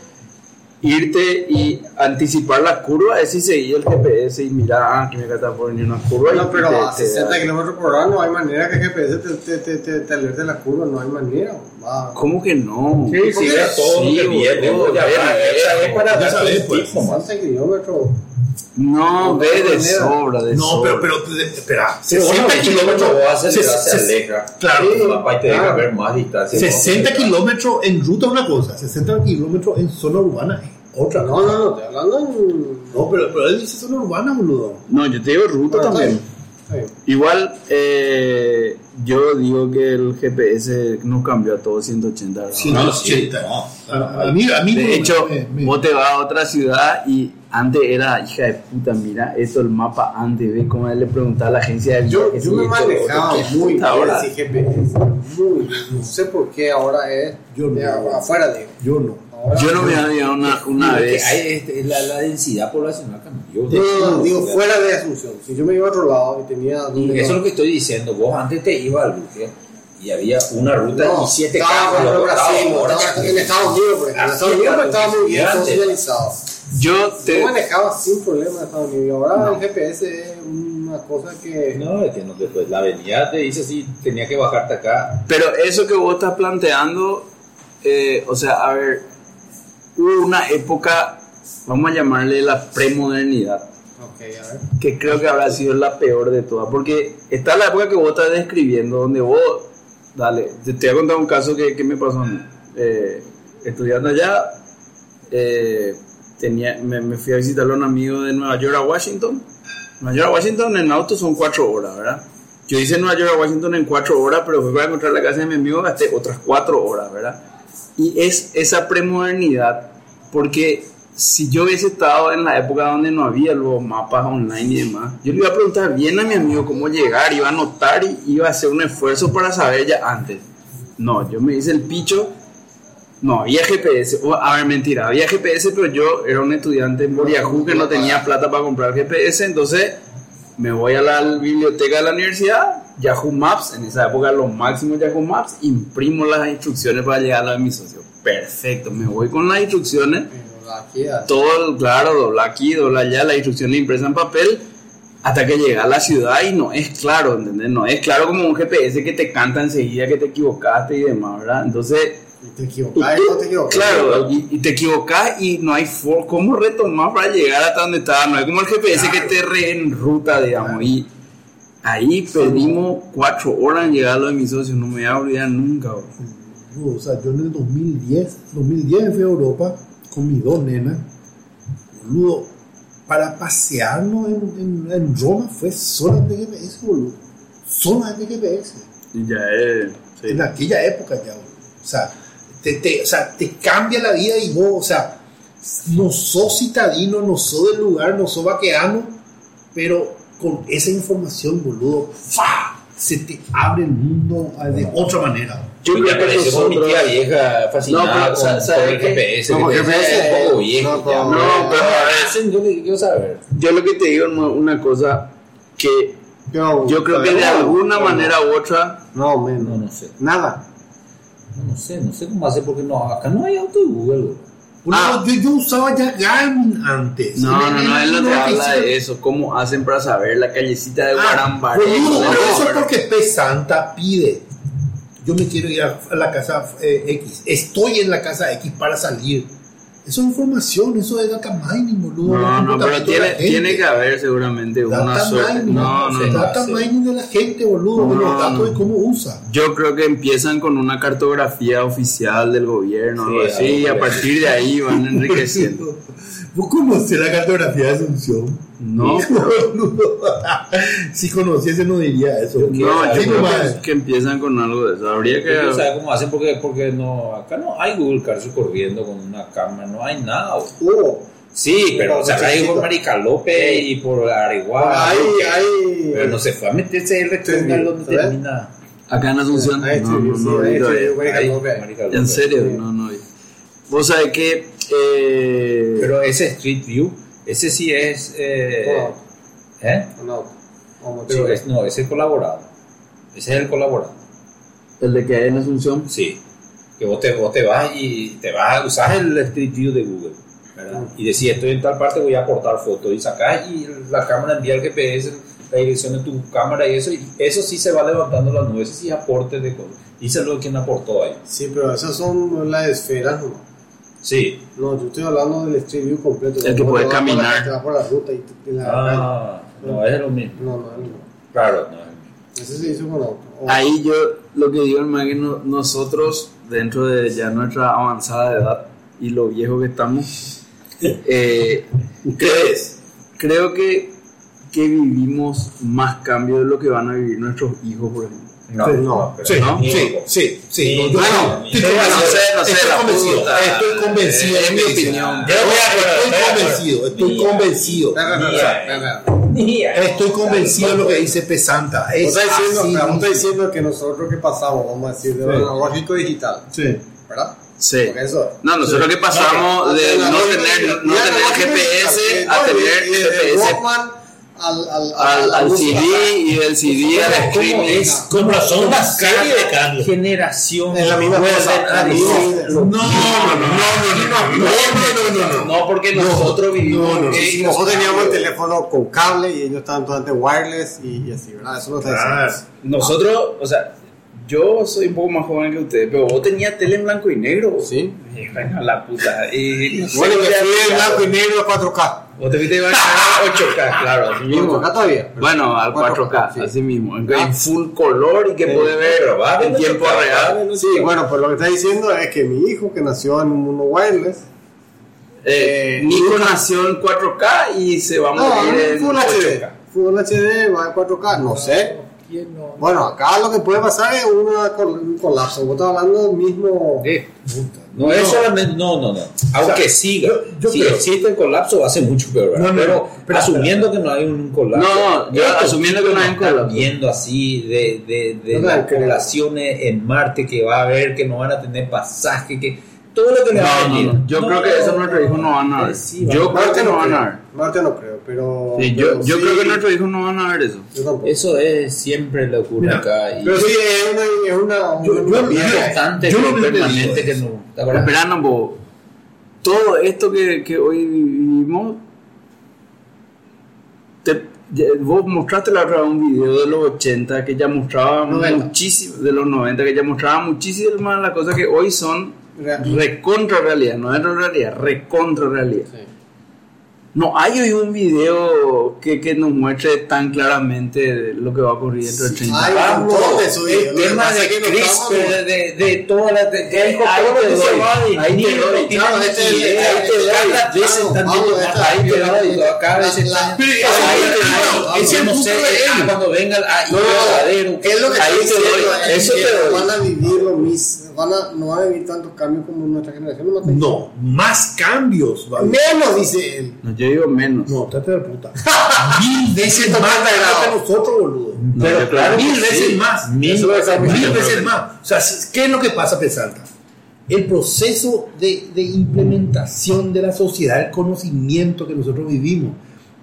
A: irte y anticipar las curvas es si seguís el GPS y mirar, ah, que me está por venir una curva. y
C: No, pero
A: te-
C: a
A: te da-
C: 60 kilómetros por hora no hay manera que GPS te, te, te, te, te alerte la curva, no hay manera. Va.
A: ¿Cómo que no?
B: Sí, si ves todo lo que viene,
A: boludo,
B: vos ya
A: ves,
B: vas,
A: ves,
B: ya ves para
D: Ya
B: darte
D: sabes,
B: un
D: pues.
B: tip nomás.
C: 60 kilómetros.
A: No, ve de sobra, de
D: No,
A: sobra.
D: pero, pero, de- espera,
B: Pero bueno,
D: 60 kilómetros.
B: vos aceleras,
D: se- se-
B: se aleja.
D: claro.
B: Sí, papá, y te deja
C: Claro.
B: ver más distancia.
D: 60 kilómetros en ruta es una cosa, 60 kilómetros en zona urbana es otra.
C: No, no, no, estoy hablando en.
D: No, pero, pero él dice zona urbana, boludo.
A: No, yo te digo ruta
C: Bueno,
A: también.
C: está bien.
A: Igual, eh, yo digo que el GPS nos cambió a todos 180 grados.
B: No, sí,
D: 180.
B: no.
D: A, a mí, a mí por
A: De
D: lo
A: hecho,
D: menos me- me-
A: vos te vas a otra ciudad y antes era hija de puta, mira, esto el mapa antes, ve cómo él le preguntaba a la agencia de
C: Yo,
A: viajes
C: yo
A: y
C: me
A: esto,
C: manejaba
A: lo otro, que
C: muy bien
A: puta, ahora.
C: sin GPS. Muy bien. No sé por qué ahora es.
D: Yo no.
C: de afuera, digo.
D: yo no.
C: Ahora-
A: Yo no me había una, una
B: Porque
A: vez.
B: hay, este, la, la densidad poblacional cambió.
C: No, no, no, digo,
B: Ya.
C: fuera de Asunción. Si yo me iba a otro lado y tenía.
B: Y
C: donde
B: eso es
C: no-
B: lo que estoy diciendo. Vos antes te ibas al buque y había una ruta de
C: No,
B: 17
C: estaba
B: carros.
C: en
B: los
C: Brasil,
B: cortados, ahora
C: estaba
B: ya-
C: en Estados Unidos, por ejemplo. En Estados Unidos pues, estaba muy bien
B: Gigante.
C: socializado.
A: Yo te.
C: Yo manejaba sin problema en Estados Unidos. Y ahora el GPS es una cosa que.
B: No, es que no te puedes. La avenida te dice así, tenía que bajarte acá.
A: Pero eso que vos estás planteando, eh, o sea, a ver, hubo una época, vamos a llamarle la premodernidad,
C: Ok, a ver.
A: que creo que habrá sido la peor de todas, porque está la época que vos estás describiendo, donde vos, dale, te, te voy a contar un caso que, que me pasó a mí. Eh, estudiando allá, eh, tenía, me, me fui a visitar a un amigo de Nueva York a Washington. Nueva York a Washington en auto son cuatro horas, ¿verdad? Yo hice Nueva York a Washington en cuatro horas, pero fui para encontrar la casa de mi amigo, gasté otras cuatro horas, ¿verdad? Y es esa premodernidad, porque si yo hubiese estado en la época donde no había los mapas online y demás, yo le iba a preguntar bien a mi amigo cómo llegar, iba a anotar y iba a hacer un esfuerzo para saber ya antes. No, yo me hice el picho, no había GPS, o, Oh, a ver, mentira, había GPS, pero yo era un estudiante en Boriajú que no tenía plata para comprar GPS, entonces me voy a la biblioteca de la universidad, Yahoo Maps, en esa época lo máximo Yahoo Maps, imprimo las instrucciones para llegar a la de mis socios. Perfecto, me voy con las instrucciones todo el- claro, dobla aquí, dobla allá, la instrucción de impresa en papel, hasta que llega a la ciudad y no es claro, ¿entendés? No es claro como un GPS que te canta enseguida que te equivocaste y demás, ¿verdad? Entonces,
C: Y te equivocás, y no Ah, te equivocás.
A: claro, y, y te equivocas y no hay for cómo retomar para llegar hasta donde estaba, no es como el GPS que te reenruta, digamos, y ahí perdimos cuatro horas en llegar a lo de mis socios, no me voy a olvidar nunca, bro.
D: Yo, o sea, yo en el 2010, 2010 fui a Europa con mis dos nenas, boludo, para pasearnos en, en- en Roma fue solamente GPS, boludo. Solamente GPS.
A: Y ya es... sí.
D: En aquella época ya, boludo. O sea, te, te- o sea, te cambia la vida y vos, o sea, no sos citadino, no sos del lugar, no sos vaqueano, pero con esa información, boludo, ¡fa! se te abre el mundo ah, de otra manera.
B: Yo
A: pues,
B: me apareció con mi tía vieja
A: No, pero,
B: fascinada con,
A: ¿sabes
B: con el
A: qué?
B: GPS.
A: No,
B: que
A: porque
B: te-
A: GPS
B: es un poco
C: es-
B: viejo.
C: no,
B: ya,
C: no,
A: no, pero a ver,
B: yo le quiero saber.
A: Yo lo que te digo es una cosa que
C: Yo,
A: yo creo que de alguna manera u otra,
C: No, menos.
B: No, no sé.
C: Nada.
B: No, no sé, no sé cómo hace porque no, acá no hay auto de Google. bro.
D: Boludo,
A: Ah.
D: yo, yo usaba ya Garmin antes.
A: no, no, no, él no te habla de
D: eso.
A: eso, cómo hacen para saber la callecita de Guarambaré.
D: boludo,
A: de
D: pero Ah, pues, eso es
A: Guarambaré.
D: porque P. Santa pide. Yo me quiero ir a, a la casa eh, X. Estoy en la casa X para salir. Eso es información, eso es data mining, boludo.
A: No, no, pero tiene, tiene que
D: haber
A: haber seguramente una
D: data
A: suerte.
D: mining,
A: No, no, no.
D: Data
B: sí.
D: mining de la gente, boludo, de
A: No,
D: los datos
A: no.
D: de cómo usa.
A: Yo creo que empiezan con una cartografía oficial del gobierno, algo
B: Sí,
A: así,
B: algo
A: y a
B: por eso.
A: partir de ahí van
C: [laughs]
A: enriqueciendo.
D: [laughs] ¿Vos conocés la cartografía de Asunción?
A: No,
D: Boludo. si conociese no diría eso.
A: no, yo
D: Así
A: creo
D: nomás.
A: que, que empiezan con algo de eso. Habría
B: Yo quiero
A: que.
B: saber cómo hacen porque, porque no, acá no hay Google Cars corriendo con una cámara, no hay nada. bro.
C: Hubo.
B: Sí, pero o sea, acá hay por Marica López y por Areguá.
C: hay,
B: creo que-
C: hay.
B: Pero no se fue a meterse el rectangular donde
C: ¿sabes?
B: termina.
A: Acá en Asunción.
C: Ahí
A: No, no,
C: Ah, este sí,
A: no,
C: ahí
A: no,
C: estoy,
A: no.
C: güey,
B: Ahí,
C: López.
B: Marica
A: En
B: López.
A: serio,
C: Sí.
A: no, no. Vos sabés que. eh,
B: Pero ese Street View, ese sí es. Eh,
C: Wow.
B: ¿eh?
C: No. Como te
B: Pero
C: digo.
B: es- no, ese es colaborado. Ese es el colaborado.
A: el de que hay en Asunción.
B: Sí. Que vos te, vos te vas y te vas, usás el Street View de Google. ¿verdad?
D: Ah.
B: Y decís, estoy en tal parte, voy a aportar fotos. Y sacás y la cámara envía el GPS, la dirección de tu cámara y eso. Y eso sí se va levantando las nubes. Ese sí aporte de cosas. Díselo quien aportó ahí.
C: Sí, pero esas son las esferas, ¿no?
B: Sí.
C: No, yo estoy hablando del Street View completo.
A: El que
C: Vos
A: puede
C: te vas por la-
A: caminar.
C: te vas por la ruta y te- te la-
B: Ah, no, es lo mismo.
C: No, no, no.
B: Claro, no es lo mismo.
C: Ese se hizo con auto. O-
A: Ahí yo lo que digo, hermano, que no- nosotros, dentro de ya nuestra avanzada edad y lo viejo que estamos, eh, creo, creo que, que vivimos más cambios de lo que van a vivir nuestros hijos, por ejemplo.
B: No,
C: pues
D: Sí,
B: no,
D: Sí,
B: pero-
D: sí, sí, sí.
B: Ni-
D: Yo-
B: bueno,
D: estoy
B: no sé,
D: convencido,
A: no sé,
D: estoy
A: la
D: convencido,
A: puta.
D: Estoy convencido.
A: Es mi
D: estoy
A: opinión.
D: convencido.
B: Estoy
D: Estoy convencido, estoy
B: Mira.
D: convencido.
C: Espera, espera, espera, espera, espera.
D: Estoy convencido de lo que dice Pesanta.
C: Vos
D: Es
C: estás diciendo,
D: así.
C: claro, vos estás diciendo que nosotros que pasamos, vamos a decir, de lo
D: Sí.
C: analógico a digital,
D: Sí.
C: ¿verdad?
A: Sí.
C: Porque eso es.
A: No, nosotros que pasamos
C: Antes
A: de
C: de la
A: no
C: lógica
A: tener,
C: digital.
A: no
C: Ya
A: tener
C: analógico
A: GPS
C: digital,
A: a
C: sí.
A: tener
C: Y de
A: GPS
C: Walkman al, al,
A: al, al
C: luz,
A: CD y del CD al
B: ¿Cómo
A: streaming.
B: es?
E: Con razón,
B: Una
E: una
B: serie
E: serie de
B: de
E: cambios.
B: generación.
C: Es la misma
B: vuelven
C: cosa, Ah,
B: a
C: la
B: decir-
C: misma-
D: No, no, no, no, no, no, no, no, no.
B: No, porque nosotros vivimos.
D: no, no.
B: eh,
C: Y nosotros teníamos el teléfono con cable y ellos estaban todos antes wireless y, y así, ¿verdad? Eso no está diciendo.
A: Ah. Nosotros, o sea, yo soy un poco más joven que ustedes, pero vos tenías tele en blanco y negro.
C: Sí.
A: Hija de la puta. Y no sé,
C: Bueno, que
A: vos te-
C: fui en blanco y negro a 4K.
A: Vos te viste a 8K, claro, así mismo.
C: 4K todavía.
A: Bueno, al 4K,
C: 4K, sí.
A: así mismo. En,
C: Ah.
A: en full color y que
C: Sí.
A: puede ver
B: Pero va,
A: en
B: no
A: tiempo
B: toca,
A: real.
C: Sí, bueno, pues lo que está diciendo es que mi hijo que nació en un mundo wireless
A: Eh,
C: Eh,
A: Nico nació en 4K y se va a
C: No,
A: morir en
C: Ah, Full
A: 8K.
C: HD. Full HD va en 4K, no sé.
F: ¿Quién no?
C: Bueno, acá lo que puede pasar es una col- un colapso. Vos estás hablando del mismo.
B: No, es solamente, no, no, no. Aunque siga,
D: yo- yo
B: si
D: creo-
B: existe el colapso va a ser mucho peor. ¿verdad?
D: No, no,
B: pero,
D: no, pero-
B: asumiendo que no hay un colapso.
A: No, no, yo asumiendo que no hay un colapso.
B: Viendo así de, de, de
C: No, no,
B: las
C: creo.
B: poblaciones en Marte que va a haber, que no van a tener pasaje, que todo lo que le va a
A: No, no,
B: venir.
A: no. Yo creo que eso nuestros hijos no van a ver.
B: Eh, sí, va.
A: yo creo que no van a ver.
C: Marte no creo, pero.
A: Sí, yo
C: pero
A: yo
C: sí,
A: creo que nuestros hijos no van a ver eso.
C: Yo tampoco.
B: Eso es siempre lo ocurre
D: Mira,
B: acá. Y
C: Pero sí, es una. Es una
D: Yo-
B: y
D: yo-
B: es
D: mira,
B: constante,
D: yo
B: que
D: no hubiera
B: permanente que
D: pedido
B: no. ¿Te
A: Pero
B: acuerdas?
A: espera, no, po. todo esto que, que hoy vivimos, te- ya- vos mostraste la otra vez un video de los 80 que ya mostraba muchísimo, de los 90 que ya mostraba muchísimas las cosas que hoy son
C: Real.
A: recontra realidad, no era realidad, recontra realidad. No hay hoy un video que, que nos muestre tan claramente lo que va a ocurrir dentro de 30
C: Hay
A: años.
C: un montón de eso,
B: el
C: Lo que
B: tema
C: pasa
B: de
C: es que no estamos-
B: CRISPR, de, de, de todas las. de-
A: Él dijo,
B: ahí
A: todo lo
B: te
A: que se
B: doy,
A: va de-
B: ahí te doy,
C: Claro,
B: tienes
C: este es-
B: idea, ahí
C: este
B: te
C: es-
B: doy,
C: claro,
B: las veces
C: claro,
B: están
C: vamos,
B: viendo,
C: esta-
B: ahí te doy, acá a veces
C: la-
B: están-
D: Pero
B: ahí
D: ahí
B: te
D: claro,
B: doy, yo
D: ese es el
B: no
D: punto
B: sé,
D: de
B: ah,
D: él.
B: cuando venga el- ah, y
C: No,
B: verdadero,
C: es lo que
B: ahí
C: estoy
B: te doy,
C: diciendo, es
B: eso
C: que
B: te doy.
C: Van a vivir lo mismo, van a, no van a vivir tantos cambios como nuestra generación. No,
D: No, más cambios. va a haber.
C: menos, dice él.
A: No, yo digo menos.
D: No, trate de puta. Mil veces más que nosotros, boludo.
A: No, yo creo que
D: mil
A: sí.
D: veces más.
B: Mil veces más.
D: Mil veces más. O sea, ¿qué es lo que pasa, Pesanta? El proceso de, de implementación de la sociedad, el conocimiento que nosotros vivimos,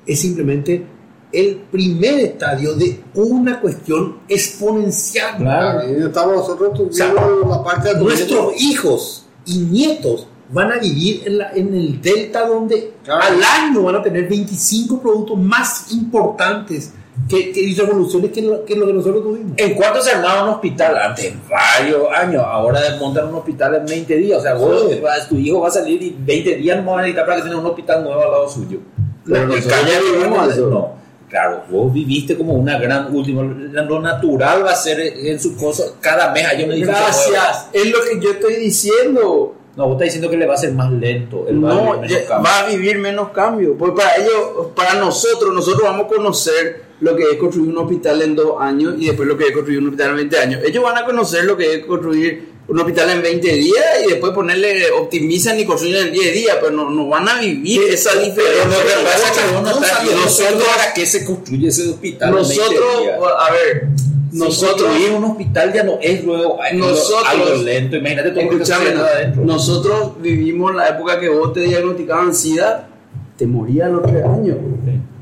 D: es simplemente el primer estadio de una cuestión exponencial.
C: Claro, y estamos nosotros tuvimos
D: O
C: la parte de
D: Nuestros hijos y nietos van a vivir en, la- en el delta donde
C: Claro.
D: al año van a tener 25 productos más importantes que, que y revoluciones que lo, que lo que nosotros tuvimos.
B: ¿En cuánto se armaba un hospital? Antes, varios años. Ahora montan un hospital en 20 días. O sea, vos,
D: Sí.
B: vas- tu hijo va a salir y 20 días no va a necesitar para que tenga un hospital nuevo al lado suyo. Pero
A: Pero
B: nosotros
A: nosotros
B: ya
A: vivimos
B: vivimos
A: eso.
B: No. Claro, vos viviste como una gran última. Lo natural va a ser en su cosa. Cada mes hay un edificio nuevo.
A: Gracias, es lo que yo estoy diciendo.
B: No, vos estás diciendo que le va a ser más lento. El
A: No,
B: barrio, menos
A: ya-
B: cambio.
A: va a vivir menos cambios. Pues para ellos, para nosotros, nosotros vamos a conocer lo que es construir un hospital en dos años y después lo que es construir un hospital en 20 años. Ellos van a conocer lo que es construir un hospital en 20 días y después ponerle optimizan y construyen en 10 días, pero no, no van a vivir esa diferencia.
B: Pero lo que pasa es que vos no
A: No
B: estás
A: sabía-
B: viendo
A: nosotros,
B: para qué se construye ese hospital. en 20
A: nosotros,
B: días.
A: a ver, nosotros,
B: ir a un hospital ya no es luego algo-
A: Nosotros-
B: algo lento. Imagínate todo lo que está
A: Escuchame,
B: sucediendo
A: no- eh.
B: adentro.
A: nosotros vivimos la época que vos te diagnosticaban SIDA, te morías a los tres años.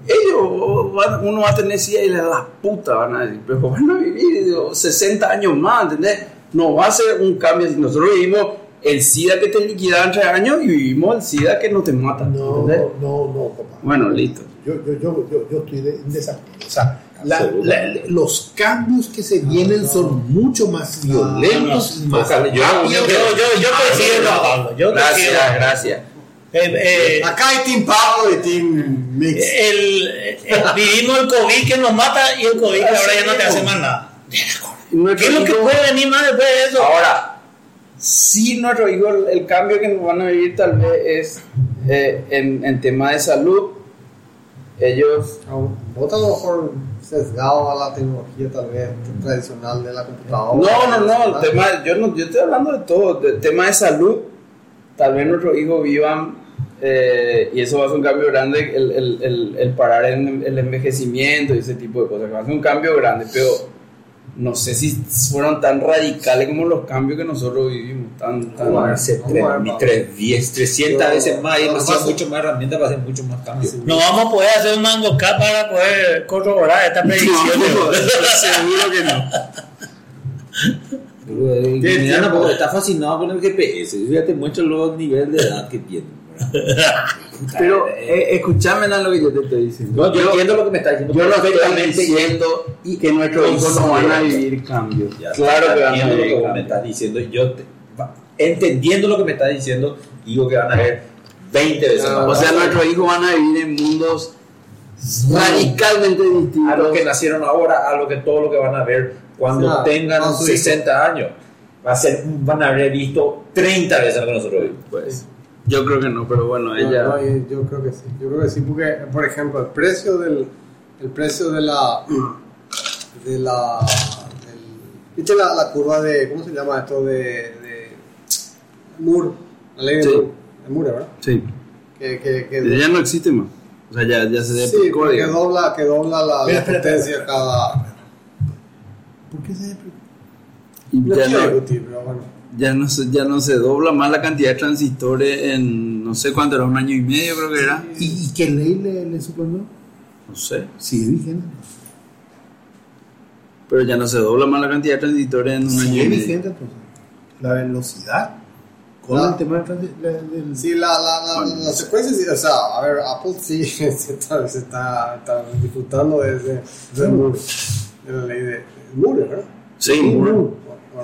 A: Ellos, van- uno va a tener SIDA y le da la puta, van a decir, pero van a vivir digo, 60 años más, ¿entendés? No va a ser un cambio. Si nosotros vivimos el SIDA que te liquidaban tres años y vivimos el SIDA que no te mata,
F: No,
A: ¿entendés?
F: no, no, papá.
A: Bueno, listo.
F: Yo, yo, yo, yo, yo estoy de, en desacuerdo.
D: O sea, la- la- los cambios que se vienen son mucho más violentos y más
B: Ojalá, yo-
A: Ah,
D: rápidos.
E: Yo, yo, yo coincido con Pablo. Yo
A: Gracias,
E: coincido.
A: gracias.
E: Eh, eh,
C: Acá hay Team Pablo y Team Mix.
E: el, el- vivimos el COVID que nos mata y el COVID que ahora ya no te hace más nada. ¿Qué es lo que puede venir más después de eso?
A: Ahora, sí, nuestro hijo, el, el cambio que nos van a vivir tal vez es eh, en, en tema de salud. Ellos,
C: Vos estás a lo mejor sesgado a la tecnología tal vez tradicional de la
A: no,
C: computadora. Ah,
A: no, no, el
C: ¿verdad?
A: tema, yo no, yo estoy hablando de todo, del tema de salud. Tal vez nuestros hijos vivan, eh, y eso va a ser un cambio grande, el, el- el- el parar en el envejecimiento y ese tipo de cosas, que va a ser un cambio grande, pero no sé si fueron tan radicales como los cambios que nosotros vivimos, tan, tan
B: Van a ser
C: Vamos
B: tres-
C: a ver,
B: ni
C: vamos.
B: tres, diez, 300
C: Yo-
B: veces más. Y
C: yo
B: va a ser
C: paso.
B: mucho más herramientas, va a ser mucho más cambio.
C: Sí.
E: No vamos a poder hacer un mango K para poder corroborar esta predicción.
A: seguro que no.
B: Pero, eh,
A: ¿Qué
B: mira,
A: tiempo?
B: no, está fascinado con el GPS. Ya te muestra los niveles de edad que tiene.
A: Pero eh, escúchame nada lo que yo te estoy diciendo.
B: No, yo, entiendo lo que me está diciendo.
A: yo no estoy
B: perfectamente.
A: diciendo y que nuestros hijos no van a vivir cambios.
B: Ya,
A: claro que van a
B: entiendo lo que
A: vivir
B: vos me
A: cambios.
B: estás diciendo. y Yo te- va- entendiendo lo que me estás diciendo, digo que van a haber 20 veces más.
A: O sea, nuestros hijos van a vivir en mundos radicalmente
B: a los
A: distintos.
B: que nacieron ahora, a lo que todo lo que van a ver cuando
C: Claro,
B: tengan
C: con su
B: 60 años. Va a ser, van a haber visto 30 veces lo que nosotros vimos.
A: Pues, Yo creo que no, pero bueno,
C: No,
A: ella.
C: no, yo- yo creo que sí. Yo creo que sí, porque, por ejemplo, el precio del. El precio de la. [clears throat] De la. del- ¿Viste la, la curva de. ¿Cómo se llama esto? De. de Moore. La ley de
A: Sí.
C: Moore. De Moore, ¿verdad?
A: Sí.
C: Que, que, que,
A: Ella no existe más. O sea, ya, ya se
C: sí,
A: deprecó,
C: porque
A: digamos.
C: dobla, que dobla la, la
F: Espera, espera,
C: potencia
F: espera.
C: cada.
F: ¿Por qué se depre-
A: Y
C: No
A: ya
C: quiero
A: no,
C: discutir, pero bueno.
A: ya, no se, ya no se dobla más la cantidad de transistores en no sé cuánto era, un año y medio creo que era.
F: ¿Y, y qué ley le, le suplanó?
A: No sé.
F: Sigue vigente.
A: Pero ya no se dobla más la cantidad de transistores en un año
F: Sigue
A: y medio.
F: vigente pues. entonces. La velocidad con
C: La-
F: el tema del transi- ¿eh, la- del-
C: Sí, la, la, la,
A: Bueno.
C: la secuencia sí, o sea, a ver, Apple sí [laughs] se está, se está, está disfrutando de, de, de Moore, de la ley de, de Moore, ¿verdad?
A: Sí, Moore.
B: No,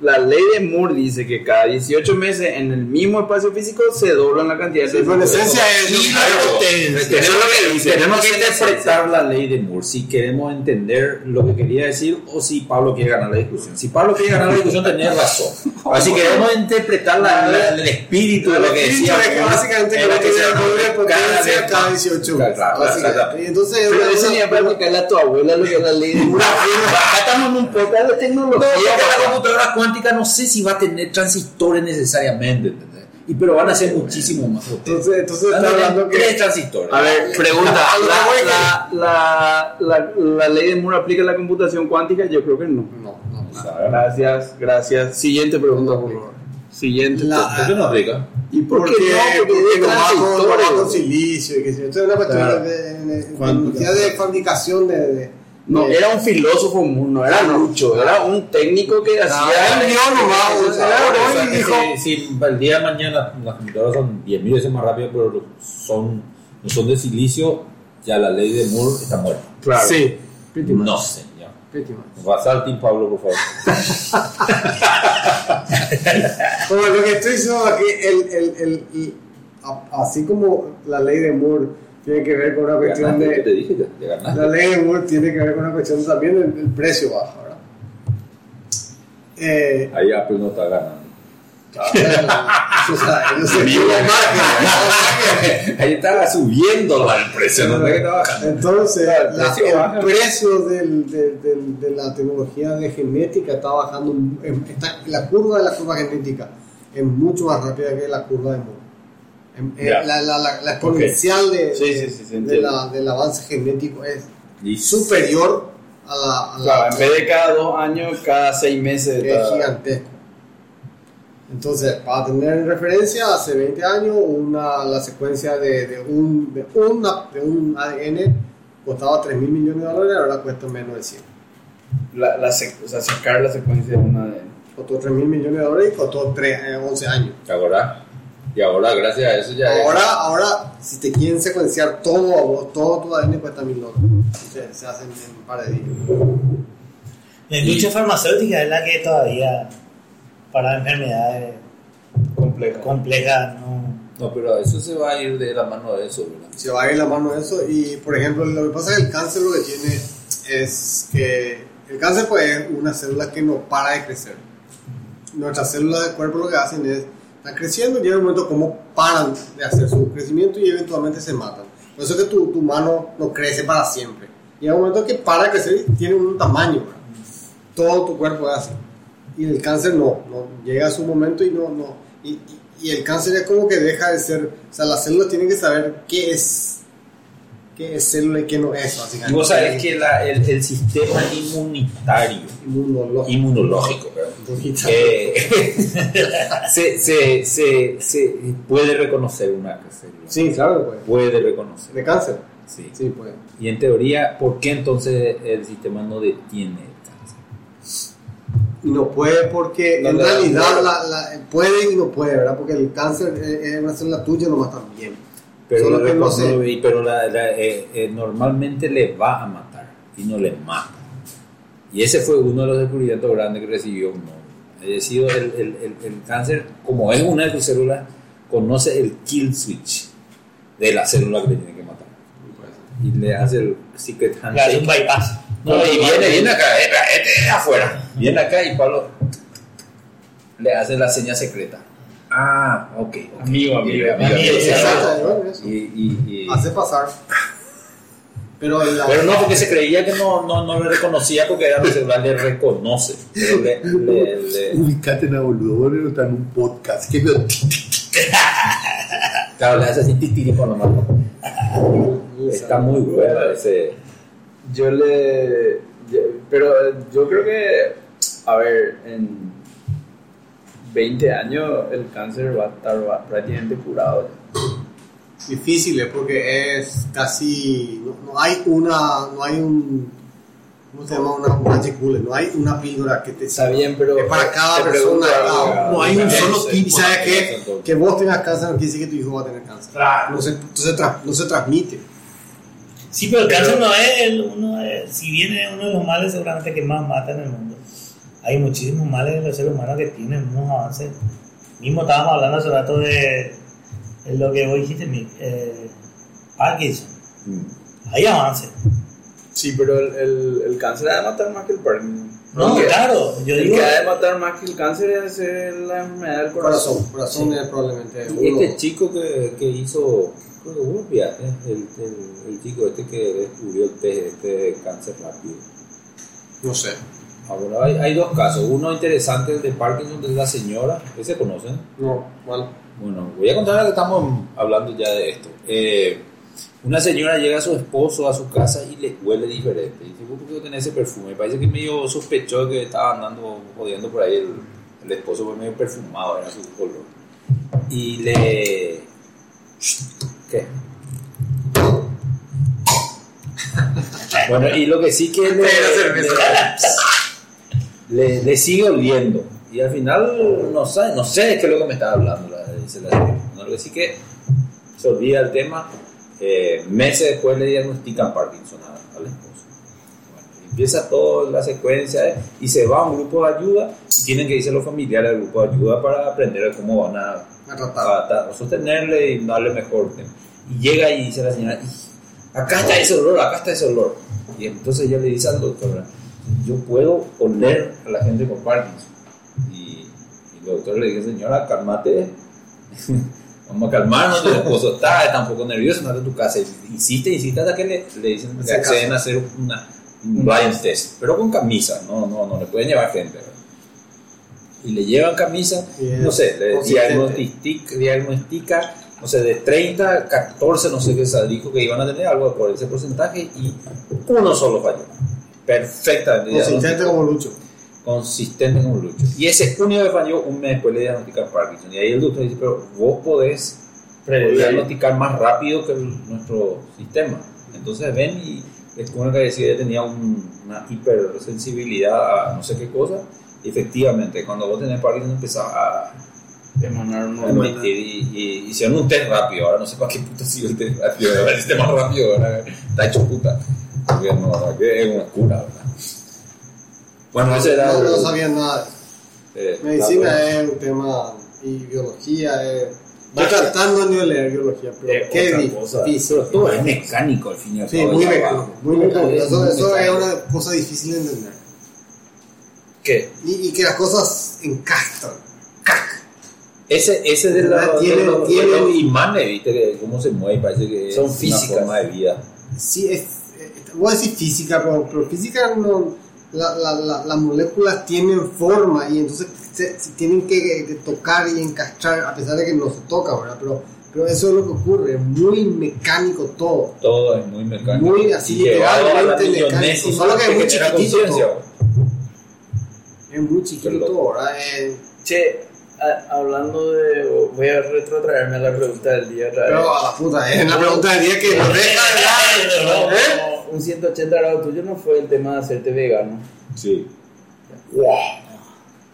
A: la ley de Moore dice que cada 18 meses en el mismo espacio físico se doblan la cantidad de
C: Sí, pero en
A: transistores.
C: esencia es.
B: Tenemos que, tenemos que interpretar la ley de Moore si queremos entender lo que quería decir o si Pablo quiere ganar la discusión. Si Pablo quiere ganar la discusión, tenía razón. [laughs] Ahora, si queremos interpretar la- la- el espíritu de lo que decía,
C: es que
B: Moore,
C: básicamente
B: era
C: que
B: que se
C: tiene el doble de potencia
B: cada
C: cada
B: vez-
C: 18
B: Claro, claro,
C: Básicamente.
B: claro.
C: Y entonces,
A: Pero
C: una-
A: eso ni
C: una-
A: a practicarle a tu abuela lo que es la ley de
B: [laughs]
A: Moore. Acá estamos en un portal de
B: No,
A: tecnología.
B: porque la computadora cuántica no sé si va a tener transistores necesariamente, ¿entendés? Y, pero van a ser muchísimo más potentes.
C: entonces, entonces
B: Van
C: está
B: a tener
C: hablando que.
B: tres transistores.
A: A ver, pregunta,
C: A lo que voy
A: ¿la, la, la, la- la ley de Moore aplica a la computación cuántica? Yo creo que no.
C: No, no.
A: Gracias, gracias. Siguiente pregunta, por favor. Siguiente.
C: La-
B: ¿Por qué no aplica?
A: ¿Y por
C: porque
A: qué no? Porque es
C: no va con, no
A: transitorio.
C: va con silicio y que sé yo. Entonces, una cuestión
F: Claro.
C: de, de, de-
F: Cuántica.
C: ya de fabricación de, de-
A: No,
C: de-
A: era un filósofo, no era Lucho, era un técnico que hacía.
C: era el guión nomás, o sea, era
B: Ahora,
C: hoy
B: o sea, que
C: dijo-
B: si, si el día de mañana las computadoras son 10.000 veces más rápidas, pero son, no son de silicio, ya la ley de Moore está muerta.
A: Claro.
C: Sí, pretty much.
B: No, señor.
C: Pretty much.
B: Basaltin, Pablo, por favor.
C: Bueno, lo que estoy diciendo es que el, el, el, el- a- así como la ley de Moore tiene que ver con una
B: Te
C: cuestión
B: ganaste, te
C: de.
B: dije, te, te ganaste.
C: La ley de Moore tiene que ver con una cuestión también del, del precio bajo, ¿verdad?
A: [laughs]
C: Eh,
B: Ahí Apple no está ganando.
C: o sea, ellos se-
B: [laughs] Ahí estaba subiendo la empresa, no está que está bajando.
C: Entonces,
B: Claro, el
C: la-
B: precio baja.
C: el precio del- del- del- de la tecnología de genética está bajando. em, está- la curva de la curva genética es mucho más rápida que la curva de Moore. Em, eh,
B: Ya.
C: la, la- la- la exponencial de,
A: Sí, sí, sí, se
C: de
A: entiende.
C: la- del avance genético es
B: Y
C: superior a la, a la-
A: Claro, en vez de cada dos años, cada seis meses.
C: es
A: está-
C: gigantesco. Entonces, para tener en referencia, hace 20 años una, la secuencia de, de un, de, una- de un ADN costaba 3 mil millones de dólares, ahora cuesta menos de 100.
A: la, la sec- o sea, sacar la secuencia de una de.
C: Costó 3 mil millones de dólares y costó tres, eh, 11 años.
B: ¿Te acordás? Y ahora, gracias a eso, ya es-
C: Ahora, ahora, si te quieren secuenciar todo, a vos, todo tu ADN cuesta mil dólares. Entonces, se hacen en un par de días.
E: La industria farmacéutica es la que todavía para enfermedades
A: Complejo.
E: complejas no.
B: No, pero eso se va a ir de la mano de eso, ¿verdad?
C: se va a ir la mano de eso y por ejemplo lo que pasa es que el cáncer lo que tiene es que el cáncer pues es una célula que no para de crecer nuestras células del cuerpo lo que hacen es están creciendo y llega un momento como paran de hacer su crecimiento y eventualmente se matan por eso es que tu, tu mano no crece para siempre llega un momento que para de crecer y tiene un tamaño ¿verdad? todo tu cuerpo es así y el cáncer no, no llega a su momento y no, no y, y- y el cáncer es como que deja de ser, o sea, las células tienen que saber qué es, qué es célula y qué no es,
B: Y
C: básicamente.
B: vos sabés que la- el, el sistema inmunitario,
C: Inmunológico.
B: inmunológico, [laughs] ¿verdad? Eh, [laughs] se, se, se, se puede reconocer una célula.
C: Sí, claro, pues.
B: Puede reconocer.
C: De cáncer.
B: Sí.
C: Sí, pues.
B: Y en teoría, ¿por qué entonces el sistema no detiene el cáncer?
C: Y no puede porque
B: No
C: en
B: le da
C: realidad
B: miedo.
C: la, la- puede y no puede, ¿verdad? Porque el cáncer es es una célula tuya nomás también.
B: Pero,
C: Solo
B: la
C: que no
B: recono-
C: sé.
B: y- pero la- la- eh, eh, normalmente le va a matar y no le mata. Y ese fue uno de los descubrimientos grandes que recibió un Nobel. fallecido el, el- el- el cáncer, como es una de sus células, conoce el kill switch de la célula que le tiene que matar. Y le hace el secret
E: Le hace un
B: handshake.
E: bypass.
B: No, y viene, viene acá, eh, este es afuera. Viene acá y Pablo le hace la seña secreta. Ah, ok. ok.
E: Amigo, amigo,
B: Y-
E: amigo.
B: y-
C: Exacto, bueno, eso.
B: Y, y- y-
C: Hace pasar. Pero el-
B: Pero no, porque se creía que no, no, no le reconocía porque era el celular, le reconoce. Pero le, le- le-
F: Ubicate en boludo, boludo, está en un podcast. Que veo
B: [laughs] claro, le hace así titiri con la mano. Está muy bueno ese.
A: Yo le. yo- pero eh, yo creo que. A ver, en 20 años el cáncer va a estar va- prácticamente curado.
C: difícil es porque es casi no, no hay una no hay un ¿cómo se llama? una, una chicule, no hay una píldora que te
A: Está bien, pero.
C: Es para cada
A: te pregunto
C: persona,
A: algo.
C: cada-
F: No hay un solo
C: y
F: tipo.
C: sabes que que vos tengas cáncer no quiere decir que tu hijo va a tener cáncer no se, no se tra- no se transmite
E: Sí, pero el cáncer no es el- uno, de- si bien es uno de los males seguramente que más mata en el mundo. Hay muchísimos males en los seres humanos que tienen unos avances. Mismo estábamos hablando hace rato de, de lo que vos dijiste, Mick, eh, Parkinson. Mm. Hay avances.
A: Sí, pero el, el, el cáncer ha de matar más que el Parkinson.
E: No,
A: El que-
E: claro, yo
A: El
E: digo,
A: que ha de matar más que el cáncer es eh, la enfermedad del corazón.
C: corazón corazón es probablemente
B: Y
C: uno.
B: este chico que, que hizo, creo que hubo un viaje, el, el, el chico este que descubrió el test, este cáncer rápido.
C: no sé
B: Ahora hay, hay dos casos, uno interesante el de Parkinson de la señora, que se conocen.
C: no bueno
B: Bueno, voy a contar ahora que estamos hablando ya de esto. Eh, una señora llega a su esposo a su casa y le huele diferente. Y dice, "¿Vos ¿por qué tenés ese perfume? Parece que medio sospechó que estaba andando jodiendo por ahí el, el esposo, fue medio perfumado, era su color. Y le... ¿Qué? [laughs] Bueno, y lo que sí que le, le, le- le sigue oliendo. Y al final no sabe, no sé qué es lo que me estaba hablando, la- dice la señora. No, lo que sí que se olvida el tema. eh, meses después le diagnostican Parkinson a- al esposo. Bueno, y empieza toda la secuencia eh, y se va a un grupo de ayuda y tienen que irse los familiares al grupo de ayuda para aprender cómo van a
C: me trataba
B: para tra- sostenerle y darle mejor. Y llega y dice a la señora, "Y acá está ese olor, acá está ese olor. Y entonces ella le dice al doctor, ¿verdad? yo puedo oler a la gente con Parkinson. Y, y el doctor le dice, señora, cálmate. [laughs] Vamos a calmarnos, tu esposo está, está un poco nervioso, andate a tu casa. Y Insiste, insiste hasta que le, le dicen que
C: Hace caso.
B: acceden a hacer una, un blind test, pero con camisa, no, no, no, le pueden llevar gente. ¿verdad? Y le llevan camisa,
C: Bien.
B: no sé, le
C: Consistente.
B: diagnostic- diagnostica, no sé, de 30, 14, no sé qué se dijo que iban a tener algo por ese porcentaje y uno solo falló. Perfectamente.
C: consistente
B: diagnosticado.
C: como Lucho
B: Consistente como Lucho. Y ese único que falló un mes después le diagnostican Parkinson. Y ahí el doctor dice, pero vos podés diagnosticar más rápido que el- nuestro sistema. Entonces ven y descubren que decía que tenía un- una hipersensibilidad a no sé qué cosa. Y efectivamente, cuando vos tenés Parkinson empezás a y, y- y- hicieron un test rápido, ahora no sé para qué puta sido el test rápido, ahora el sistema rápido, ahora está hecho puta. Porque no, no, que es una cura, ¿verdad? Bueno, ese era.
C: no,
B: el-
C: no sabían nada
B: eh,
C: medicina
B: la-
C: es un tema y biología es
B: Magia.
C: Estoy tratando de leer biología, pero
B: eh,
C: qué
B: otra cosa.
C: difícil.
B: Sobre todo es mecánico al fin y al
C: Sí,
B: cabo,
C: muy
B: el
C: mecánico.
B: trabajo.
C: Muy mecánico. Eso,
B: muy
C: eso es
B: mecánico.
C: una cosa difícil de entender.
B: ¿Qué?
C: Y, y que las cosas encajan.
B: Ese, ese de
C: ¿Verdad?
B: la,
C: Tiene-
B: de los- de
C: tiene-
B: los imanes, viste, que cómo se mueve, parece que
A: Son
B: es una
A: físicas.
B: forma de vida.
C: Sí, es, eh, voy a decir física, pero, pero física no. la- la- la- las moléculas tienen forma y entonces se, se tienen que, que tocar y encastrar, a pesar de que no se toca, ¿verdad? Pero, pero eso es lo que ocurre. Es muy mecánico todo.
B: Todo es muy mecánico.
C: Muy así,
B: Y llegado a la
C: literalmente mecánico,
B: millonésima,
C: solo que es muy
B: te genera
C: chiquitito
B: conciencia.
C: todo. Es muy chiquito todo, ¿verdad? Eh,
A: Che, a- hablando de. Voy a retrotraerme a la pregunta del día otra vez.
C: pero a la puta, es la pregunta del día que nos deja de
E: No, no,
C: lado. ¿eh?
A: No, un 180 grados tuyo no fue el tema de hacerte vegano.
B: Sí.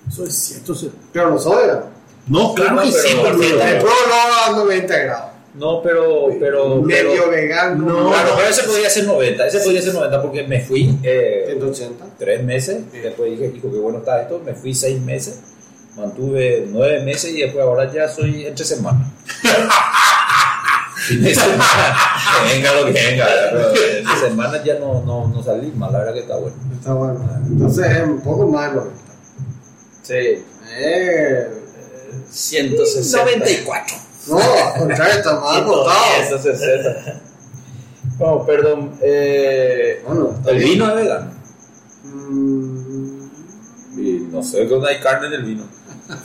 F: Eso es cierto. eso-
C: Pero nos odia.
F: No, claro
B: no,
F: que
B: pero-
F: sí, boludo.
C: El pro no a 90 grados.
B: No, pero, pero, pero,
C: Medio vegano.
F: No,
B: Claro,
F: no.
B: pero ese podría ser 90, ese podría ser 90 porque me fui eh,
C: 180.
B: tres meses, después dije, hijo, qué bueno está esto, me fui seis meses Mantuve nueve meses y después ahora ya soy entre semana.
F: [laughs]
B: Fin de semana. Que venga lo que venga, ¿verdad? pero entre semana ya no, no, no salí mal, la verdad que está bueno.
C: Está bueno. ¿eh? Entonces es un poco más 90.
B: Sí,
C: Eh,
B: 160. 94.
C: no, al contrario, está mal contado.
B: 160. No, perdón. Eh,
C: Bueno, está
B: el
C: bien.
B: vino es vegano.
C: Mm,
B: Y no sé dónde hay carne en el vino.
C: no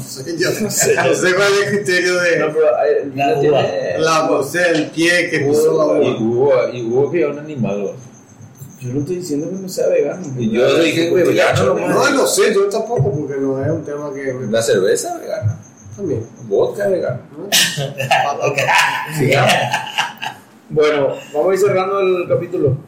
C: sé, yo no sé, no sé cuál es el criterio
B: No,
C: de
B: pero hay- el vino
E: La uva.
B: tiene.
C: la o sea, el pie que puso la
B: uva, y
C: uva.
B: uva, y uva que es un animal. ¿verdad?
A: Yo no estoy diciendo que no sea vegano.
B: Y yo dije que
C: No,
B: vegano nomás.
C: no sé, yo tampoco, porque no es un tema que me
B: La cerveza vegana.
C: también.
B: Vodka vegana.
C: ¿no?
B: Sigamos.
A: Bueno, vamos a ir cerrando el capítulo.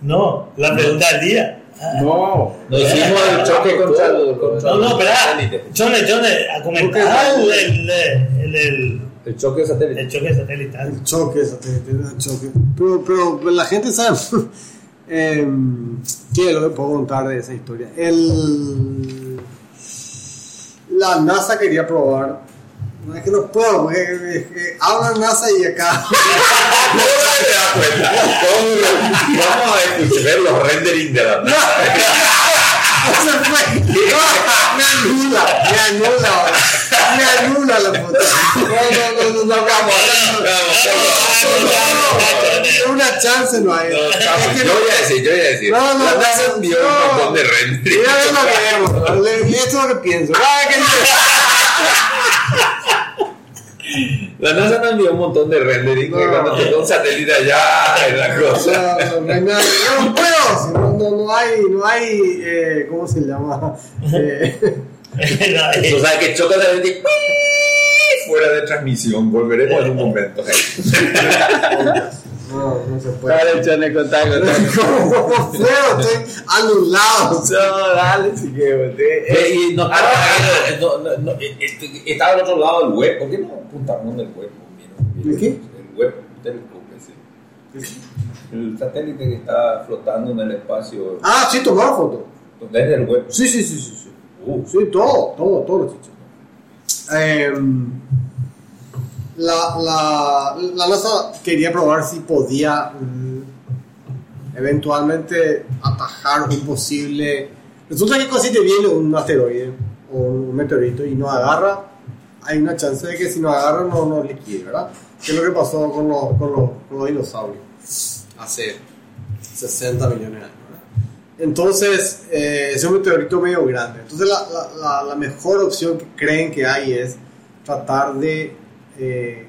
E: No, la pregunta del día.
A: No.
B: Nos hicimos el choque contra el. contra
E: No,
B: el
E: no, espera.
B: satélite.
E: Chone, Chone, a comentar el, el, el, el,
B: El choque de satélite.
E: el choque satelital.
C: El choque, esa te- te da el choque. Pero, pero la gente sabe. eh, ¿Qué es lo que puedo contar de esa historia? El, la NASA quería probar. No es que no puedo, porque es que habla NASA y acá.
B: te das cuenta. Con- Vamos a escuchar ver los rendering de la
C: se fue. No, me anula, me anula ahora. Me anula la puta. No, no, no, no, no, no, no. Ni Una chance no hay. Es que
B: Yo voy a decir, yo voy a decir.
C: No, no,
B: la
C: no,
B: NASA envió
C: no.
B: un montón de rendering.
C: Mira, ven lo que vemos. Le- Y esto es lo que pienso. Ah, que no.
B: La NASA nos envió un montón de rendering. que
C: No.
B: Cuando te da un satélite allá en la
C: O
B: cosa.
C: sea, no, no hay nada. Yo no puedo. Si No, no, no hay, no hay, eh, ¿cómo se llama? Eh,
E: No,
B: Tú
E: eh,
B: sabes que choca satélite. y Fuera de transmisión, volveremos en un momento.
C: no, no se puede.
A: Dale, Chone, contá, contá.
C: Como feo, estoy anulado.
A: No, dale, si que boté.
B: Eh, y no estaba, eh, no, no, no, eh, eh, estaba al otro lado del web. ¿Por qué no apuntamos del web? Mira,
C: ¿El qué?
B: El web telescopio, sí. El satélite que está flotando en el espacio.
C: Ah, sí, tomaron foto.
B: ¿Dónde es el web?
C: Sí, sí, sí, sí. sí.
B: Uh,
C: Sí, todo, todo, todo lo chicho. Em, la, la, la NASA quería probar si podía mm, eventualmente atajar un posible. Resulta que si te viene un asteroide o un meteorito y no agarra, hay una chance de que si no agarra no nos liquide, ¿verdad? ¿Qué es lo que pasó con los, con los, con los dinosaurios? Hace 60 millones de años, ¿verdad? Entonces, eh, es un meteorito medio grande. Entonces, la, la- la- la mejor opción que creen que hay es tratar de eh,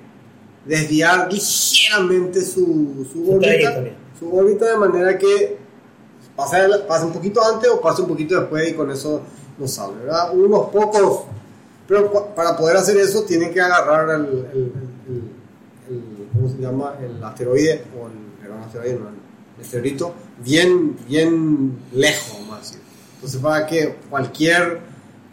C: desviar ligeramente su, su
E: Su
C: órbita,
E: trayectoria.
C: su órbita de manera que pase, al- pase un poquito antes o pase un poquito después y con eso no sale, ¿verdad? Unos pocos. Pero pa- para poder hacer eso, tienen que agarrar el. el- el- el- ¿Cómo se llama? El asteroide o el. Era un asteroide, no, el meteorito, bien, bien lejos, vamos a decir. Entonces, para que cualquier,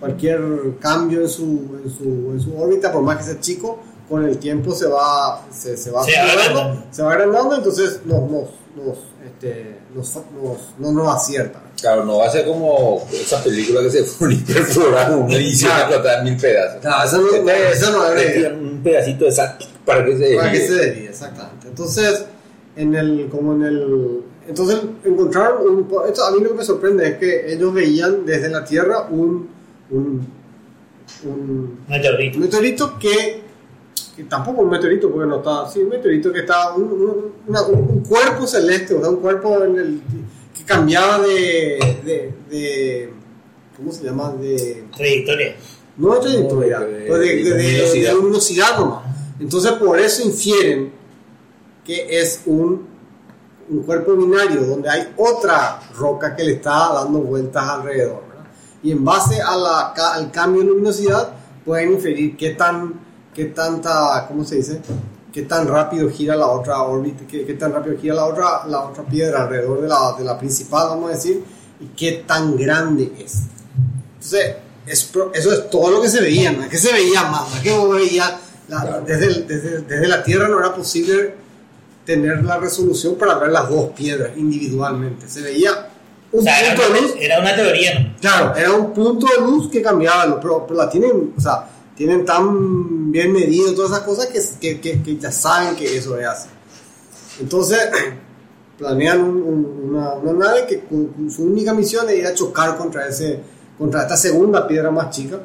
C: cualquier cambio en su, en, su, en su órbita, por más que sea chico, con el tiempo se va, se, se va
E: Se va
C: acelerando,
E: agrandando.
C: se va agrandando, entonces nos, nos, nos, este, nos, nos- no nos acierta.
B: Claro, no va a ser como esas películas que se perforan un y se explotar en mil pedazos.
C: Claro, eso Ah. no- eso no es
B: Le
C: la idea.
B: tiran un pedacito de sal para que se
C: Para que
B: desvíe.
C: se desvíe, exactamente. Entonces, en el, como en el, entonces encontraron un, po- esto a mí lo que me sorprende es que ellos veían desde la Tierra un, un, un
E: meteorito.
C: meteorito que, que tampoco un meteorito porque no está, sí, un meteorito que estaba, un, un- una- un- un cuerpo celeste, o sea, un cuerpo en el, que cambiaba de, de, de ¿cómo se llama? De
E: Trayectoria.
C: no de trayectoria,
B: No, de-
C: pues de, de- de- de
B: luminosidad.
C: luminosidad nomás. Entonces, por eso infieren que es un, un cuerpo binario donde hay otra roca que le está dando vueltas alrededor. ¿verdad? Y en base a la, ca- al cambio de luminosidad, pueden inferir qué tan, qué tanta, ¿cómo se dice? qué tan rápido gira la otra órbita, qué, qué tan rápido gira la otra, la otra piedra alrededor de la, de la principal, vamos a decir, y qué tan grande es. Entonces, es pro- eso es todo lo que se veía, ¿no? ¿Qué se veía más? ¿no? ¿Qué vos veías? La- desde, el- desde- desde la Tierra no era posible tener la resolución para ver las dos piedras individualmente. Se veía un
E: O sea, era,
C: punto de luz.
E: era una teoría, ¿no?
C: Claro, era un punto de luz que cambiaba, ¿no? pero, pero la tienen, o sea, tienen tan bien medido todas esas cosas que, que, que- que ya saben que eso es así. Entonces, [clears throat] planean un- un- una, una nave que con- con su única misión es ir a chocar contra, ese, contra esta segunda piedra más chica,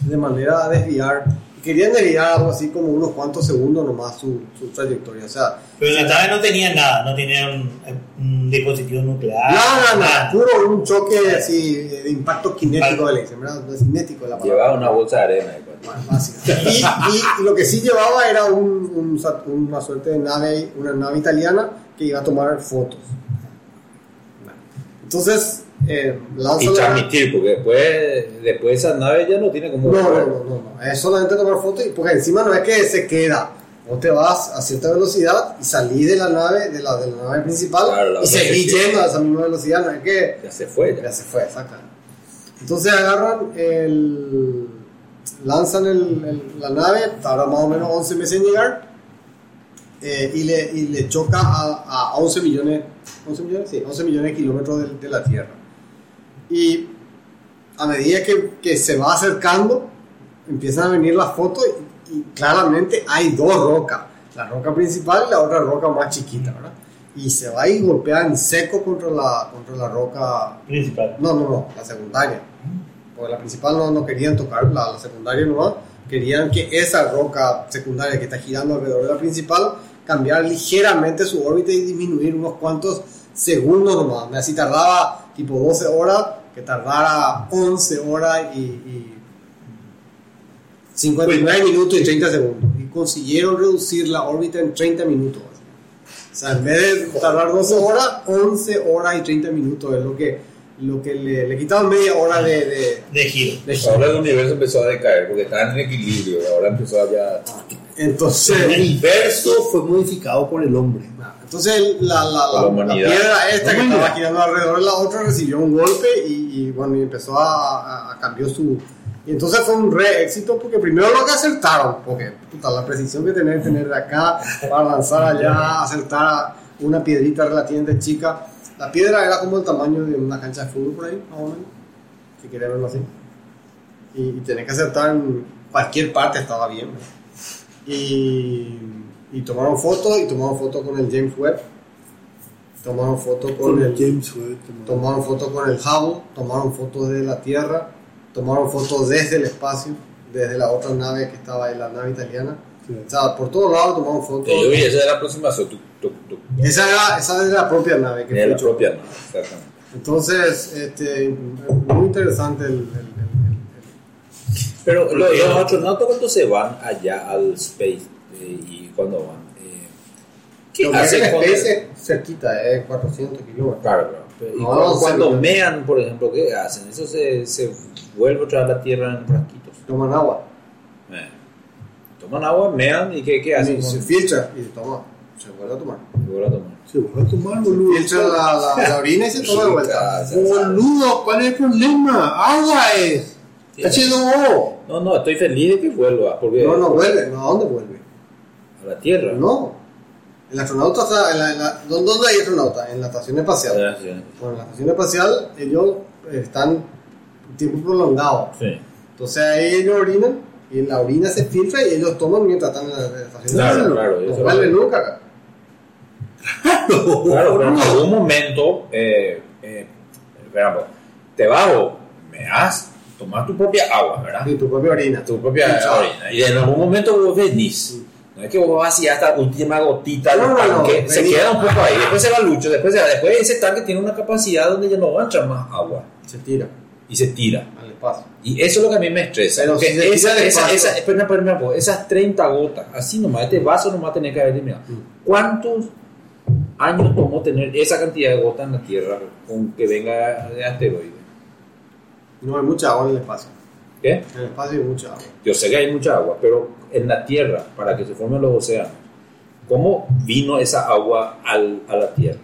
C: de manera a desviar. Querían desviar algo así como unos cuantos segundos nomás su, su trayectoria. O sea,
E: Pero la nave no tenía nada, no tenía un, un dispositivo nuclear.
C: nada, nada, puro un choque así de impacto kinético de la ¿verdad? No es cinético la palabra.
B: Llevaba una bolsa de arena. igual.
C: Bueno, básicamente. Y, y- y lo que sí llevaba era un- un sa- una suerte de nave, una nave italiana que iba a tomar fotos. Entonces, eh, lanza
B: Y
C: la-
B: transmitir, porque después, después esa nave ya no tiene como.
C: No, no, no, no, no, es solamente tomar fotos, y- porque encima no es que se queda. Vos te vas a cierta velocidad y salís de la nave, de la, de la nave principal,
B: Claro, la
C: y
B: otra
C: seguís
B: que sí.
C: yendo a esa misma velocidad, no es que
B: Ya se fue.
C: ya
B: Ya.
C: se fue, sacan. Entonces agarran el. lanzan el- el- la nave, tarda más o menos 11 meses en llegar, eh, y, le, y le choca a, a 11 millones. 11 millones, sí, 11 millones de kilómetros de, de la Tierra. Y a medida que, que se va acercando, empiezan a venir las fotos y, y claramente hay dos rocas. La roca principal y la otra roca más chiquita, ¿verdad? Y se va y golpea en seco contra la, contra la roca
E: Principal.
C: no, no, no, la secundaria. Porque la principal no, no querían tocar, la, la secundaria no. Querían que esa roca secundaria que está girando alrededor de la principal cambiar ligeramente su órbita y disminuir unos cuantos segundos nomás. Me así tardaba tipo 12 horas, que tardara 11 horas y, y 59 minutos y 30 segundos. Y consiguieron reducir la órbita en 30 minutos. O sea, en vez de tardar 12 horas, 11 horas y 30 minutos es lo que, lo que le, le quitaban media hora de, de,
E: De giro.
C: de giro.
B: Ahora el universo empezó a decaer porque estaba en equilibrio. Ahora empezó a ya.
D: El
C: Entonces,
D: universo fue modificado por el hombre.
C: Ah, entonces la, la,
B: Por la
C: la- la
B: humanidad.
C: piedra esta que estaba girando alrededor de la otra recibió un golpe y, y, bueno, y empezó a, a- a cambiar su... Y entonces fue un re éxito porque primero lo que acertaron, porque puta, la precisión que tener, tener de acá para lanzar allá, acertar a una piedrita relativamente chica. La piedra era como el tamaño de una cancha de fútbol por ahí, más o menos, si querés verlo así. y, y tenés que acertar en cualquier parte estaba bien ¿no? y, y tomaron fotos y tomaron fotos con el James Webb tomaron fotos con el
F: James Webb.
C: tomaron fotos con el Hubble tomaron fotos de la Tierra tomaron fotos desde el espacio desde la otra nave que estaba ahí la nave italiana
F: Sí.
C: o sea por todos lados tomaron fotos
B: Yo vi, esa era la aproximación. tuc, tuc, tuc.
C: esa era, esa era la propia nave que
B: Era
C: fue
B: la
C: chocada.
B: propia nave. exactamente.
C: entonces este, muy interesante el, el- el-
B: Pero lo- los, astronautas cuando se van allá al space eh, y cuando van, eh, ¿qué
C: el- lo que es
B: hacen
C: el
B: cuando-
C: especie cerquita es 400 kilómetros
B: Claro, claro. Pero, y
C: No,
B: cuando,
C: se-
B: cuando mean, por ejemplo, ¿qué hacen? Eso se, se vuelve otra vez a la tierra en frasquitos.
C: toman agua,
B: Eh, Toman agua, mean y ¿qué, qué hacen?
C: Y se
B: con-
C: filtra y se toma, se vuelve a tomar.
B: y vuelve a tomar.
F: Se va a tomar, boludo.
C: Filtra la, la, la orina y se toma de vuelta.
B: Ah, se-
F: Boludo, ¿cuál es el problema? Agua es. Está haciendo O.
B: No, no, estoy feliz de que vuelva. Porque
C: No, no vuelve, no, ¿a dónde vuelve?
B: A la tierra.
C: No. El astronauta está, en la, en la- ¿dó- ¿dónde hay astronauta? En la estación
B: A
C: espacial.
B: la tierra.
C: Bueno, en la estación espacial ellos eh, están tiempo prolongado.
B: Sí.
C: Entonces ahí ellos orinan y la orina se filtra y ellos toman mientras están en la, en la estación
B: Claro,
C: espacial.
B: claro,
C: no
B: eso
C: vuelve
B: va.
C: nunca. acá.
B: Pues Claro, pero en algún momento, eh, eh, veamos, te bajo, me das, tomas tu propia agua, ¿verdad?
C: Y tu propia orina.
B: Tu propia
C: Chao.
B: orina. Y en algún momento vos venís. No es que vos vas y hasta última gotita
C: No,
B: del
C: no,
B: tanque,
C: no,
B: se
C: venís.
B: queda un poco ahí, después se va Lucho, después se va, después ese tanque tiene una capacidad donde ya no va a entrar más agua
C: Se tira
B: y se tira.
C: al espacio.
B: Y eso es lo que a mí me estresa.
C: Pero
B: porque
C: si se
B: esa-
C: tira
B: esa-
C: despacio.
B: esa- espera, espera, espera, pues, esas 30 gotas, así nomás, este vaso nomás tenés que haber eliminado.
C: Mm.
B: ¿Cuántos años tomó tener esa cantidad de gotas en la Tierra con que venga de asteroide?
C: No hay mucha agua en el espacio.
B: ¿Qué?
C: En el espacio hay mucha agua.
B: Yo sé que hay mucha agua, pero en la Tierra, para que se formen los océanos, ¿cómo vino esa agua al- a la Tierra?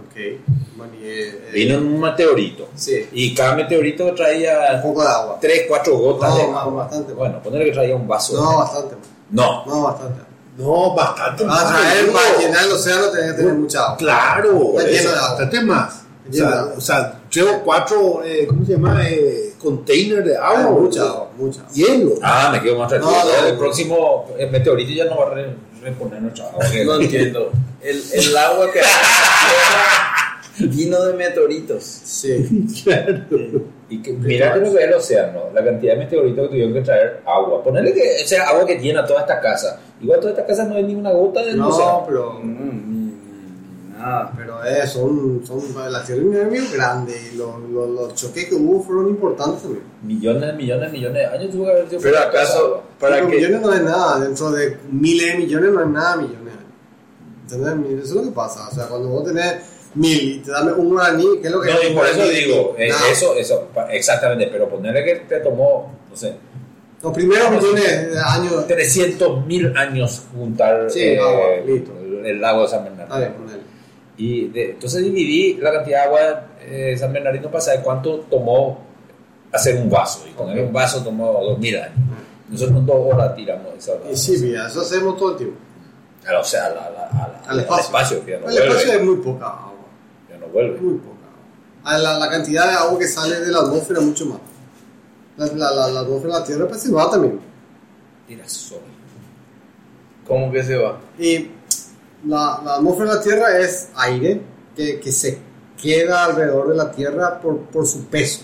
C: Ok. Bueno, y, eh, eh,
B: Vino en un meteorito.
C: Sí.
B: Y cada meteorito
C: Un
B: traía
C: poco de agua.
B: 3, 4 gotas
C: No,
B: de
C: más-
B: agua.
C: bastante. pues.
B: Bueno, ponerle que traía un vaso.
C: No, bastante. pues.
B: No.
C: No, bastante.
D: No, bastante
B: Ah,
C: Ah, Para
D: más.
C: traer,
D: boludo.
C: para llenar el océano tenés que tener mucha agua.
D: Claro,
C: Está lleno de agua.
D: bastante más. O sea, o sea, tres o cuatro, eh, ¿cómo se llama? Eh, container de agua.
C: mucha, mucha.
D: Hielo.
B: Ah, me quedo más tranquilo.
D: No, no,
B: el
D: no.
B: próximo eh, meteorito ya no va a re- reponer nuestra agua.
G: No entiendo. El, el agua que vino de meteoritos.
C: Sí.
B: Y que, mira que lo que es el océano, la cantidad de meteoritos que tuvieron que traer agua. Ponerle que sea agua que llena toda esta casa. Igual toda esta casa no hay ninguna gota de
C: No,
B: océano.
C: pero.
G: Mm, Nada.
C: Pero eh, son, son relaciones nervios grandes y los, los, los choques que hubo fueron importantes también.
B: Millones, millones, millones de años tuvo que haber sido.
G: Pero
B: fuera de casa
G: acaso,
B: agua.
G: para
C: Pero
G: que.
C: millones no es nada, dentro de miles de millones no es nada millones. ¿Entendés? Mira, Eso es lo que pasa. O sea, cuando vos tenés mil y te dame un guaraní, ¿qué es lo que
B: No,
C: es
B: y
C: un
B: por eso
C: guaraní?
B: digo, eh,
C: Nada.
B: eso, eso, pa- exactamente. Pero ponerle que te tomó, no sé,
C: Los primeros millones de años.
B: 300 mil años juntar
C: Sí, agua, listo.
B: el, el lago de San Bernardino.
C: A ver, ponele.
B: Y de- entonces dividí la cantidad de agua eh, de San Bernardino para saber cuánto tomó hacer un vaso. Y poner un vaso tomó 2000 años. Nosotros en dos horas tiramos esa
C: Y sí, mira, eso hacemos todo el tiempo.
B: a la- O sea, a la- a la- a la-
C: Al espacio.
B: que ya no
C: el espacio
B: vuelve.
C: es muy poca agua.
B: Ya no vuelve.
C: Muy poca agua. A La, la cantidad de agua que sale de la atmósfera es mucho más. La, la, la, la atmósfera de la Tierra pues, se va también.
B: Tira
G: ¿Cómo que se va?
C: Y la, la atmósfera de la Tierra es aire que, que se queda alrededor de la Tierra por, por su peso.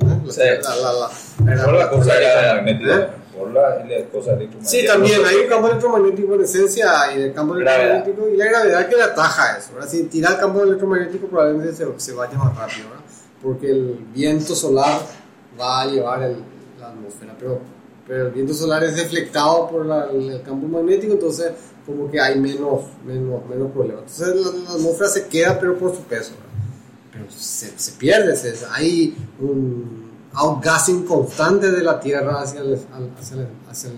C: ¿entendés?
B: Sí.
C: La- la- la- la-
B: Por la
C: la-
B: cosa
C: ¿Eh?
B: electromagnética. Por la la cosa electromagnética.
C: Sí, también hay un campo electromagnético en esencia y el campo
G: Gravedad.
C: electromagnético y la gravedad que le ataja eso. ¿verdad? Si tira el campo electromagnético probablemente se, se vaya más rápido, ¿verdad? porque el viento solar va a llevar el- la atmósfera, pero, pero el viento solar es deflectado por la- el campo magnético, entonces como que hay menos, menos, menos problemas. Entonces la, la atmósfera se queda, pero por su peso. ¿verdad? Pero se, se pierde, se- hay un outgassing constante de la Tierra hacia el, al- hacia el- hacia el-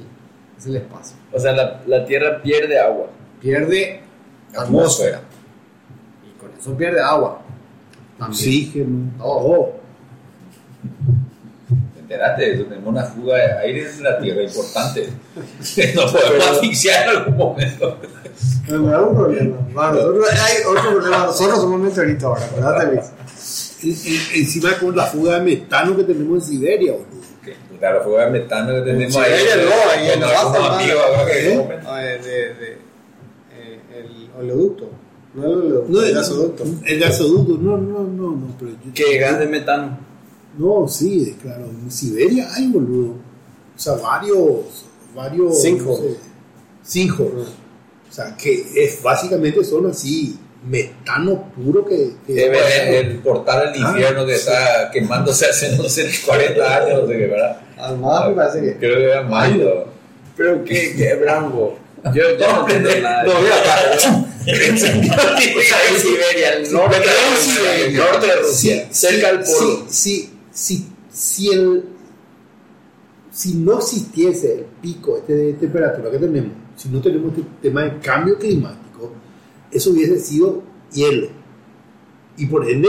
C: hacia el espacio.
G: O sea, la, la tierra pierde agua.
C: Pierde atmósfera.
B: Atmósfera.
C: Y con eso pierde agua. También.
D: Oxígeno.
C: No, oh,
B: ¿Te enteraste de eso? Tenemos una fuga de aire en la Tierra importante. [laughs] Nos podemos asfixiar en algún momento.
C: pero no era un problema. Bueno, nosotros- hay otro problema. Nosotros somos meteoritos ahora, ¿verdad, Luis?
D: En- en- Encima con la fuga de metano que tenemos en Siberia, boludo.
B: Que puta, la fuga de metano que tenemos
C: Sí,
B: ahí.
C: ella no, ahí en
B: Con
C: la
B: algunos
C: base,
B: amigos
C: hermano.
B: acá que
C: ¿Eh?
B: comen.
C: Ah, eh, de- de- eh, el oleoducto. No el oleoducto,
D: No,
C: el gasoducto.
D: El Mm. gasoducto, no, no, no, no, pero yo-
G: Que gas de metano.
D: No, sí, eh, claro. En Siberia hay, boludo. O sea, varios. varios
C: Cinco. Ah.
D: no sé, cinco. O sea, que es, básicamente son así. Metano puro que. que-
B: Que ven el, el portal del infierno que está quemándose hace no sé 40 años, no sé qué, ¿verdad?
C: Al más me parece que.
B: Creo que era mayo.
G: Pero que, que Brango. Yo, yo no entiendo nada.
B: No, mira acá.
G: Está en Siberia, el norte, de Rusia, el norte de Rusia,
D: Sí,
G: cerca
D: sí,
G: al polo.
D: Sí, sí, sí, si el. Si no existiese el pico este de temperatura que tenemos, si no tenemos este tema de cambio climático, eso hubiese sido hielo. Y por ende,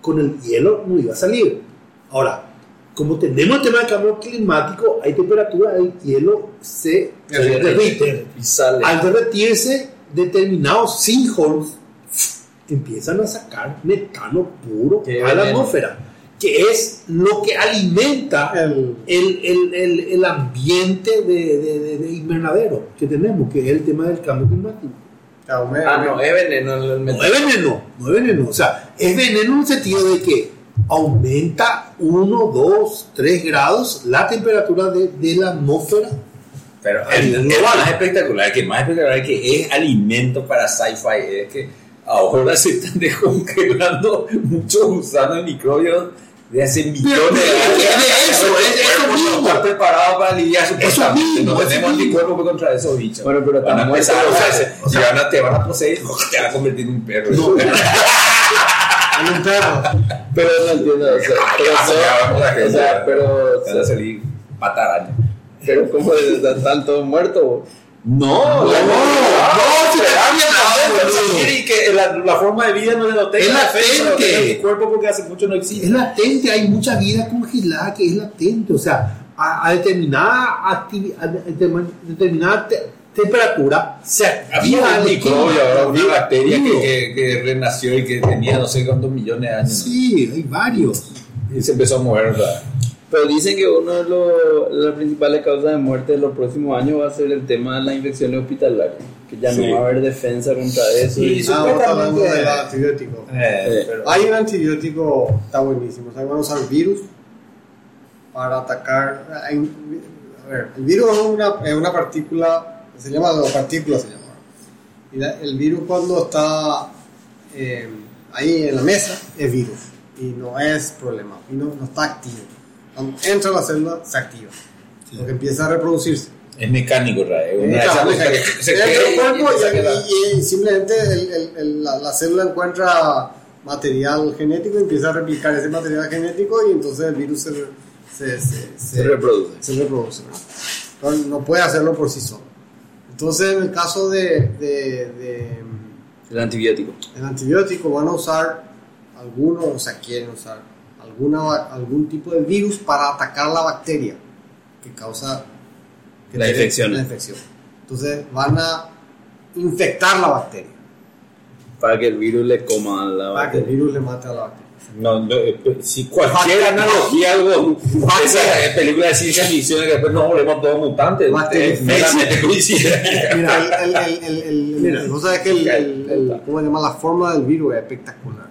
D: con el hielo no iba a salir. Ahora, como tenemos el tema de cambio climático, hay temperatura, el hielo se, se derrite.
G: Y sale.
D: Al derretirse, determinados sinkholes empiezan a sacar metano puro
G: Qué
D: a la
G: veneno.
D: atmósfera, que es lo que alimenta
C: El,
D: el, el- el- el ambiente de, de- de- de invernadero que tenemos, que es el tema del cambio climático.
C: Chaume-
G: Ah, no, es veneno el
D: No
G: metano.
D: es veneno, no es veneno. O sea, es veneno en el sentido de que aumenta 1, 2, 3 grados la temperatura de, de la atmósfera.
B: Pero el,
D: El
B: el
D: global.
B: más espectacular, que más espectacular que es alimento para sci-fi, es que ahora se están descongelando muchos gusanos y microbios de hace millones de años.
D: es de eso, es de eso
B: El cuerpo no
D: mismo.
B: Está preparado para lidiar supuestamente.
D: mismo,
B: no
D: eso
B: tenemos
D: mismo.
B: anticuerpos contra esos bichos.
G: Bueno, pero
B: van a
G: tampoco-
B: empezar a
G: o sea,
B: usarse. y van a- te van a poseer, te van a convertir en un perro. [laughs] No,
C: en un perro.
G: Pero no entiendo eso. Pero, no, o sea, pero, o
B: van a
G: sea,
B: salir pataraña.
D: Ah,
G: pero ¿cómo es? están, están todos muertos? bo?
B: No, no, no, Ah, se te cambia la
D: boludo.
B: Ah, y que eh, la, la forma de vida no le lo tenga.
D: Es
B: afecta, no
D: latente.
B: tenga en el cuerpo porque hace mucho no existe.
D: Es latente, hay mucha vida congelada que es latente, o sea, a, a determinada actividad, a determin- determinada te- temperatura.
B: O sea, había un microbio, ahora una bacteria que, que- que renació y que tenía no sé cuántos millones de años.
D: Sí, hay varios.
B: Y se empezó a mover. ¿verdad?
A: Pero dicen que una de los- las principales causas de muerte de los próximos años va a ser el tema de las infecciones hospitalarias, que ya
B: Sí.
A: no va a haber defensa contra eso.
B: Sí,
A: y-
B: sí.
C: Ah, está hablando del antibiótico.
B: Eh, pero-
C: Hay un antibiótico, está buenísimo. O sea, van a usar virus para atacar. hay un- a ver, el virus es una, es una partícula, se llama, o partícula se llama. Y la- el virus cuando está eh, ahí en la mesa es virus y no es problema, y no, no está activo. Cuando entra a la célula, se activa, porque empieza a reproducirse.
B: Es mecánico, ¿verdad? Es una de
C: Claro,
B: esas
C: o
B: cosas
C: sea,
B: que se
C: entra
B: cree
C: al cuerpo
B: y empieza a quedar.
C: y, y- y simplemente el- el- el- la, la célula encuentra material genético y empieza a replicar ese material genético y entonces el virus se, re- se, se- se-
A: Se reproduce.
C: se reproduce, ¿verdad? Entonces, no puede hacerlo por sí solo. Entonces, en el caso de, de- de, mm,
A: El antibiótico.
C: el antibiótico, van a usar algunos, o sea, quieren usar alguna, ba- algún tipo de virus para atacar la bacteria que causa que
A: La
C: tiene
A: infección.
C: la infección. Entonces, van a infectar la bacteria
A: Para que el virus le coma a la
C: para que el
A: bacteria.
C: virus le mate a la bacteria.
B: No, no, eh, pues, si cualquier analogía, algo, esa eh, película de ciencia ficción que después nos volvemos todos mutantes,
C: Bacteria.
B: eh, meramente coincide. [laughs]
C: Mira, el, el, el, el- el- vos sabés que el, el- el- ¿cómo se llama? La forma del virus es espectacular.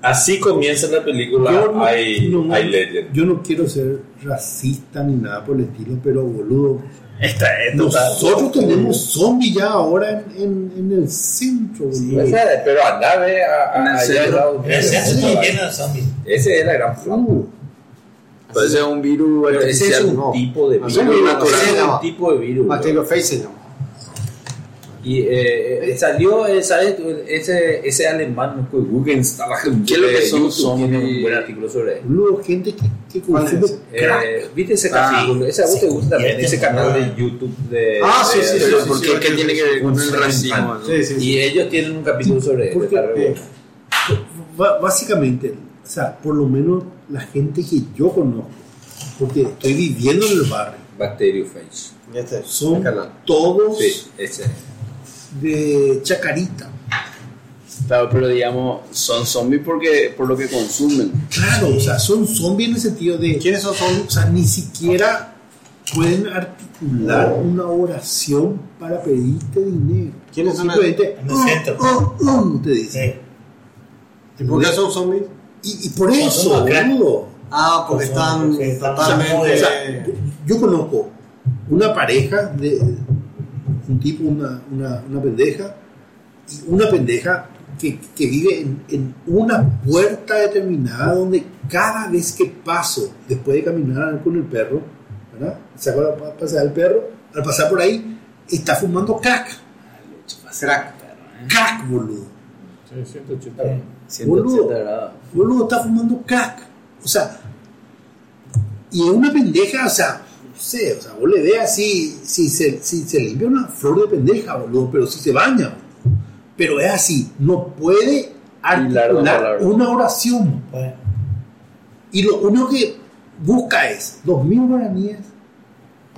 B: Así comienza la película
D: Yo no-
B: I,
D: no-
B: I Legend.
D: Yo no quiero ser racista ni nada por el estilo, pero boludo,
B: Esta es
D: nosotros tenemos zombies ya ahora en, en- en el centro, boludo.
B: Pues, eh, Pero anda, ve a,
A: En el
B: a, allá
A: centro.
B: al lado.
E: Pero se hace todo lleno de zombies.
B: Ese es la gran fama.
D: Uh,
A: Pero ese es un virus
B: Pero ese es
A: artificial.
B: un
C: no.
B: tipo de virus.
C: Así es,
B: Ese es
C: natural.
B: un tipo de virus.
C: Bacteriophage se llama.
B: Y eh, eh, salió eh, ¿sabes? ese, ese alemán, ¿no? Guggenstein.
A: ¿Qué es lo que
B: eh,
A: son
B: YouTube tiene
A: zombies?
B: un buen artículo sobre él.
D: boludo, gente que, que
C: ¿Cuál es
D: consume
C: ese?
B: Eh, ¿Viste ese capítulo? Ese a vos te gusta también, ese canal de YouTube de.
C: Ah, sí,
B: de-
C: sí,
A: Pero
C: sí,
A: eh, ¿por
C: sí,
A: qué?
C: sí,
A: ¿Qué
C: sí,
A: tiene
C: sí,
A: que ver con el
B: sí,
A: racismo? no?
C: Sí, sí, sí.
B: Y ellos tienen un capítulo sobre él.
D: Porque,
B: está re
D: eh,
B: bueno.
D: Ba- Básicamente, o sea, por lo menos la gente que yo conozco, porque estoy viviendo en el barrio,
B: Bacteriophage.
C: Y Este es
D: son
C: el canal.
D: todos
B: Sí, ese.
D: de Chacarita.
A: Claro, pero digamos, son zombies porque, por lo que consumen.
D: Claro, o sea, son zombies en el sentido de. ¿Quiénes son zombies? O sea, ni siquiera pueden articular una oración para pedirte dinero.
C: ¿Quiénes son
D: Simplemente,
E: En el centro.
D: "Oh, oh, oh", te dicen.
E: Sí.
C: ¿Y por qué son zombies?
D: Y, y por
E: son
D: eso,
E: más grandes.
D: boludo.
C: Ah, porque
E: Son-
C: están
E: porque están
D: O sea,
C: totalmente.
D: yo conozco una pareja de un tipo, una, una, una pendeja, y una pendeja que, que vive en, en una puerta determinada donde cada vez que paso, después de caminar con el perro, ¿verdad? Saco la- pa- pasar al perro, al pasar por ahí, está fumando crack.
C: Crack.
D: Crack, boludo. Boludo.
A: 180 grados.
D: Boludo, está fumando crack. O sea, y es una pendeja, o sea, no sé, o sea, vos le veas si, si, se, si se limpia una flor de pendeja, boludo, pero si se baña, boludo. Pero es así, no puede
A: Hilar una
D: articular
A: palabra.
D: una oración.
E: Bueno,
D: Y lo único que busca es dos mil guaraníes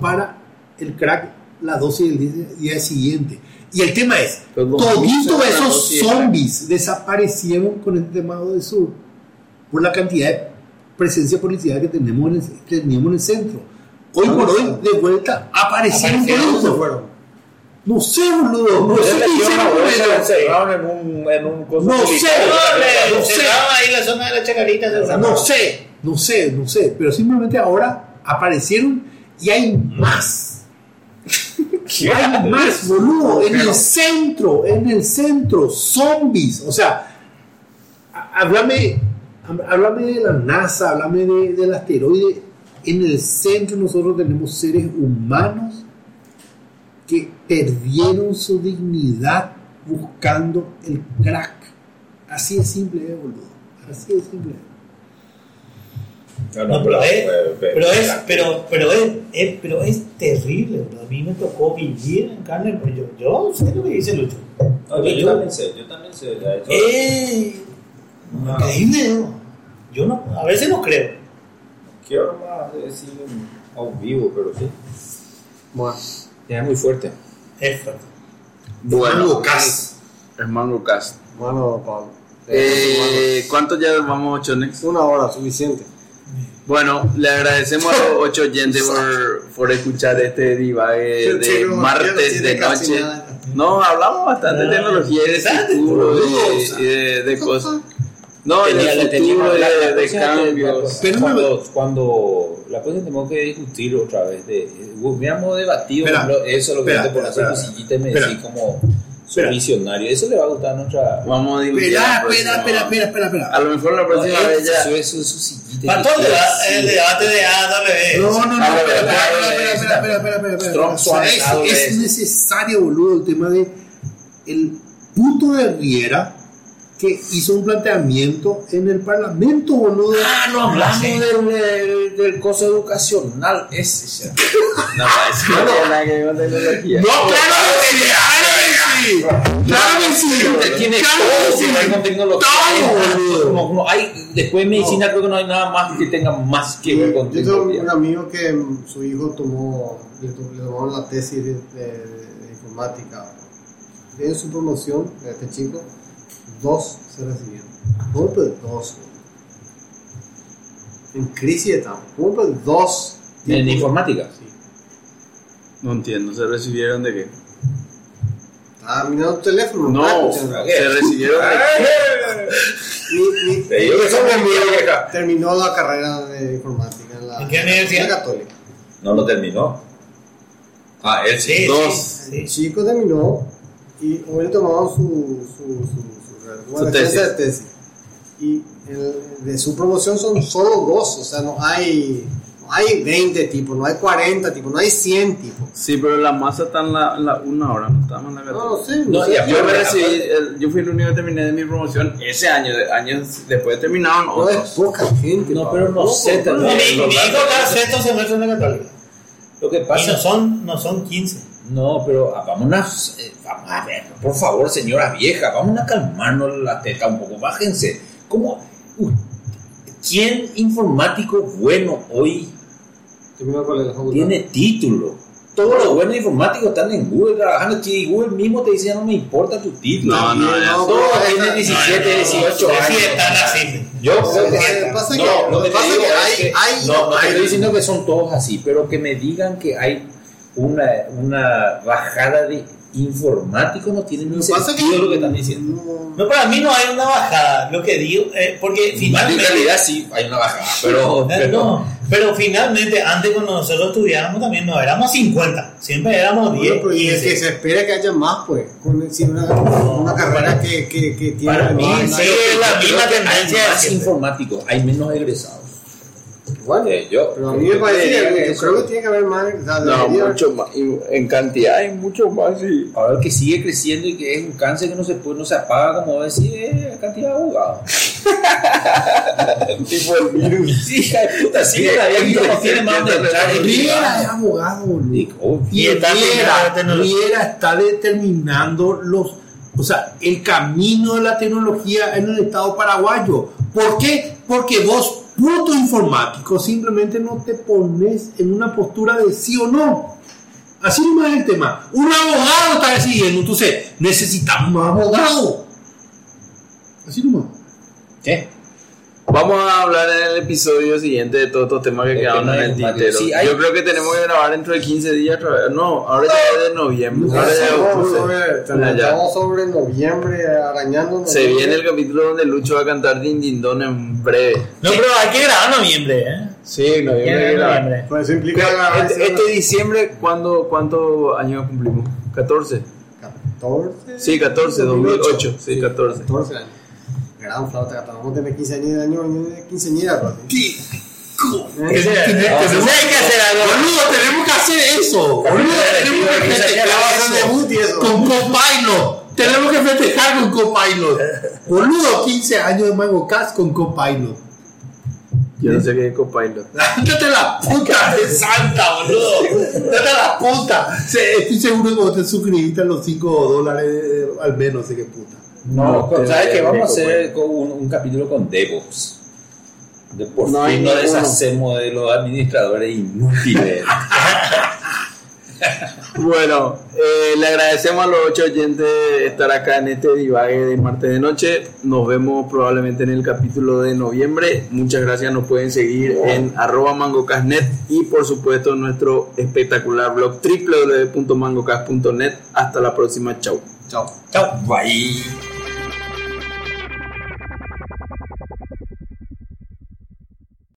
D: para el crack, la dosis del día, día siguiente. Y el tema es,
A: Pero los
D: toditos
A: rusos, la
D: esos
A: dosis de crack.
D: zombies desaparecieron con el tema del sur por la cantidad de presencia policial que tenemos en el, teníamos en el centro. Hoy por hoy, de vuelta, aparecieron,
E: Aparecieron,
D: por eso.
C: se fueron?
D: No sé, boludo, no sé qué hicieron con
B: Se
D: ellos.
B: encerraron en un. En un coso
D: No
B: militar.
D: sé,
E: ¡Ole!
D: no sé.
E: Cerraron ahí la zona de la chacarita. seguramente.
D: No sé, no sé, no sé, pero simplemente ahora aparecieron y hay más. hay más, boludo, en el centro, en el centro, zombies. O sea, ha- háblame, ha- háblame de la NASA, háblame de- del asteroide. En el centro nosotros tenemos seres humanos que perdieron su dignidad buscando el crack. Así es simple, eh, boludo. Así es simple.
B: No,
E: No,
B: no,
E: pero es,
B: eh,
E: pero es, pero, pero es, es- pero es terrible. bro. A mí me tocó vivir en carne, pero yo, yo sé lo que dice Lucho.
B: No, yo, yo también sé, yo también sé. la hecho-
E: Eh,
B: No.
E: increíble, ¿no? Yo no, a veces no creo.
B: Quiero más decir un- a un vivo, pero sí.
C: Bueno,
B: Es muy fuerte.
E: Effort.
A: Bueno,
D: Mango Cas.
A: el Mango Cast.
C: Mano, Pablo.
A: Eh, ¿Cuánto ya vamos, Chonex?
C: Una hora, suficiente.
A: Bueno, le agradecemos
F: [laughs]
A: a los ocho oyentes por, por escuchar este divague
F: Sí,
A: de
F: no, ya no
A: martes
F: tiene
A: de
F: casi
A: noche.
F: nada.
A: No, hablamos bastante de tecnología y de futuro y- y de, de cosas. No, y
G: Tenía- le
A: de
G: tenía-
A: futuro, y
G: la- la
A: de, de
B: próxima
A: cambios.
B: te- cuando, cuando la cosa tenemos que discutir otra vez, de, hubiéramos debatido
D: Espera,
B: lo- eso, lo que
D: espera,
B: te pones en
D: espera,
B: tu sillita y me
D: espera.
B: decís como soy
D: Espera. Ah,
B: visionario. Eso le va a gustar a nuestra.
A: Vamos a discutir. la
D: Espera,
A: próxima.
B: pues,
D: espera, espera, espera, espera, espera.
B: Ah,
A: A lo mejor la próxima vez [laughs] ya. eh,
B: Eso es su sillita. y
E: Mató el,
B: me decís,
E: deba- el debate de AWS.
D: No, no, no,
A: A lo
D: espera,
A: mejor,
D: espera,
A: eh,
D: espera, espera, espera, espera, espera, espera.
A: Trump
D: O sea, es-
A: suavizado
D: es,
A: es.
D: necesario, boludo, el tema de el puto de Riera que hizo un planteamiento en el Parlamento, boludo.
B: Ah, no hablamos del, del, del coso educacional
A: [laughs]
B: ese ya.
A: No, eso no tiene nada que ver con tecnología.
D: Claro que sí,
B: Usted tiene todo que ver con tecnología. No, no hay, después de medicina creo que no hay nada más que tenga más que ver
C: Yo
B: con
C: tengo un
B: tecnología.
C: amigo que mm, su hijo tomó, le, to- le tomaron la tesis de, de- de informática. En su promoción, de este chico, dos se recibieron. ¿Cómo que dos? güey? En crisis estamos. ¿Cómo que dos?
B: En
C: tipos?
B: informática.
A: No entiendo, ¿se recibieron de qué?
C: Estaba mirando tu teléfono.
A: No,
C: ¿verdad?
A: se recibieron de
F: Ah.
E: ¡Eh!
C: Ni- ni-
G: Te digo que son de mierda.
C: terminó la carrera de informática en la,
E: ¿En qué universidad?
C: en la católica.
B: No lo terminó. Ah, él
E: Sí,
A: Dos.
E: sí,
C: El
E: sí.
C: chico terminó y hoy tomado su, su, su, su, bueno,
A: Su
C: defensa
A: tesis.
C: de tesis. Y el- de su promoción son solo dos, o sea, no hay, no hay 20 tipos, no hay 40 tipos, no hay 100 tipos.
A: Sí, pero la masa está en la, en la una hora, no estamos en la
C: No, no
A: catorce.
C: sé, no
B: No,
C: sé.
B: y aparte-
A: Yo me recibí, el- yo fui el único que terminé de mi promoción ese año, de- años después terminaron
C: No es
A: otros.
C: poca gente.
B: No,
C: Pablo.
B: pero no sé
E: No,
B: también.
E: mi,
B: Lo-
E: mi hijo cada sexto semestre en la católica.
B: Lo que
E: Y no
B: pasa.
E: son, no son 15.
B: No, pero ah, vámonos. eh, vamos a ver, por favor, señoras viejas, vamos a calmarnos la teta un poco. Bájense. ¿Cómo? Uh, ¿Quién informático bueno hoy
C: Terminó con el facultad.
B: tiene título. Todos los buenos informáticos están en Google trabajando aquí y Google mismo te dice, no me importa tu título.
A: No, no, ya
C: No,
B: Todos
C: pero-
B: tienen
E: No, no,
B: 17,
E: no, no,
B: 18
E: sí,
B: años.
E: Sí, están así.
B: Yo creo
C: Lo
B: que...
C: que pasa es que-
B: no,
C: lo que
B: te
C: pasa es
B: digo
C: que hay-
B: es que-
C: hay-
B: no, no te
C: hay-
B: estoy diciendo que son todos así, pero que me digan que hay una, una bajada de informáticos no tiene ni
C: Lo que pasa
B: sentido
C: es que-
B: lo que están diciendo.
C: No,
E: No, para mí no hay una bajada. Lo que digo, eh, porque
B: En
E: finalmente.
B: realidad sí hay una bajada, pero...
E: Eh, no, pero finalmente, antes cuando nosotros estudiábamos también no éramos 50, siempre éramos 10.
C: bueno, pero y es que
E: 15.
C: se espera que haya más, pues. Con, si una, una carrera que, que, que tiene.
B: Para mí
C: más,
E: sí.
B: creo
E: la
B: que
E: misma
B: hay
E: tendencia
B: más
E: siempre.
B: informáticos, hay menos egresados.
C: Bueno,
B: Eh, yo-
C: pero a mí me parece
A: diría que
C: que yo
A: eso-
C: creo que tiene que haber más. o sea,
A: No,
C: debería-
A: mucho más. y En cantidad hay mucho más. Y...
B: Ahora el que sigue creciendo y que es un cáncer que no se puede, no se apaga, como decir, eh, la cantidad de abogados. tipo el virus. Sí, hija de puta, sí,
A: Sí,
B: todavía
A: sí,
B: no
A: sí,
B: tiene
A: sí,
B: más de
A: sí,
B: entrar.
A: sí,
B: en
D: Riera es
B: privado.
D: abogado, boludo.
B: Y, oh,
D: Y
E: Y está terminando la
D: Riera,
E: tecnología.
D: Riera está determinando los, o sea, el camino de la tecnología en el Estado paraguayo. ¿Por qué? Porque vos, puto informático, simplemente no te pones en una postura de sí o no. Así nomás es el tema. Un abogado está decidiendo, entonces necesitamos más abogados. Así nomás.
B: ¿Qué?
A: Vamos a hablar en el episodio siguiente de todos estos temas que
B: El
A: quedaron
B: tema
A: en el
B: de combate.
A: tintero.
B: Sí, hay-
A: Yo creo que tenemos que grabar dentro de 15 días. otra vez. No, ahora ya es de noviembre.
C: No,
A: ahora ya es de
C: estamos
A: octubre.
C: sobre-
A: pues, Ya, ya.
C: estamos sobre noviembre arañándonos.
A: Se viene el capítulo donde Lucho va a cantar Din Din Don en breve.
E: No, pero hay que grabar en noviembre, ¿eh?
A: Sí,
E: Ya en noviembre.
C: Pues eso implica
A: Pero
C: grabar
A: Este,
C: ese-
A: este diciembre, ¿cuándo- ¿cuántos años cumplimos? 14.
C: 14.
A: Sí, 14, 2008. Sí, 14.
C: 14 años. Gran flauta, gata, Vamos a tener 15 años de pues. año, 15 años.
E: Ese-
D: Tenemos-
E: hay que hacer algo.
D: Boludo, tenemos que hacer eso. Boludo, tenemos que festejar eso. Con Copilot. Tenemos que festejar con Copilot. Boludo, 15 años de Mango Cast con Copilot.
A: Yo no sé qué es Copilot.
D: Ándate la puta de santa, boludo. Ándate la puta. Se- Estoy seguro que vos te suscribiste a los 5 dólares eh, al menos, no sé qué puta.
B: No,
A: No,
B: ¿sabes
A: te-
B: qué? Vamos
A: rico,
B: a hacer con un, un capítulo con DevOps. De por
A: No hay
B: fin nos
A: ninguno.
B: deshacemos de los administradores inútiles.
A: Bueno, eh, le agradecemos a los ocho oyentes estar acá en este divague de martes de noche. Nos vemos probablemente en el capítulo de noviembre. Muchas gracias, nos pueden seguir en arroba mangocasnet y por supuesto nuestro espectacular blog www.mangocas.net. Hasta la próxima, chau.
E: Chao.
B: Bye.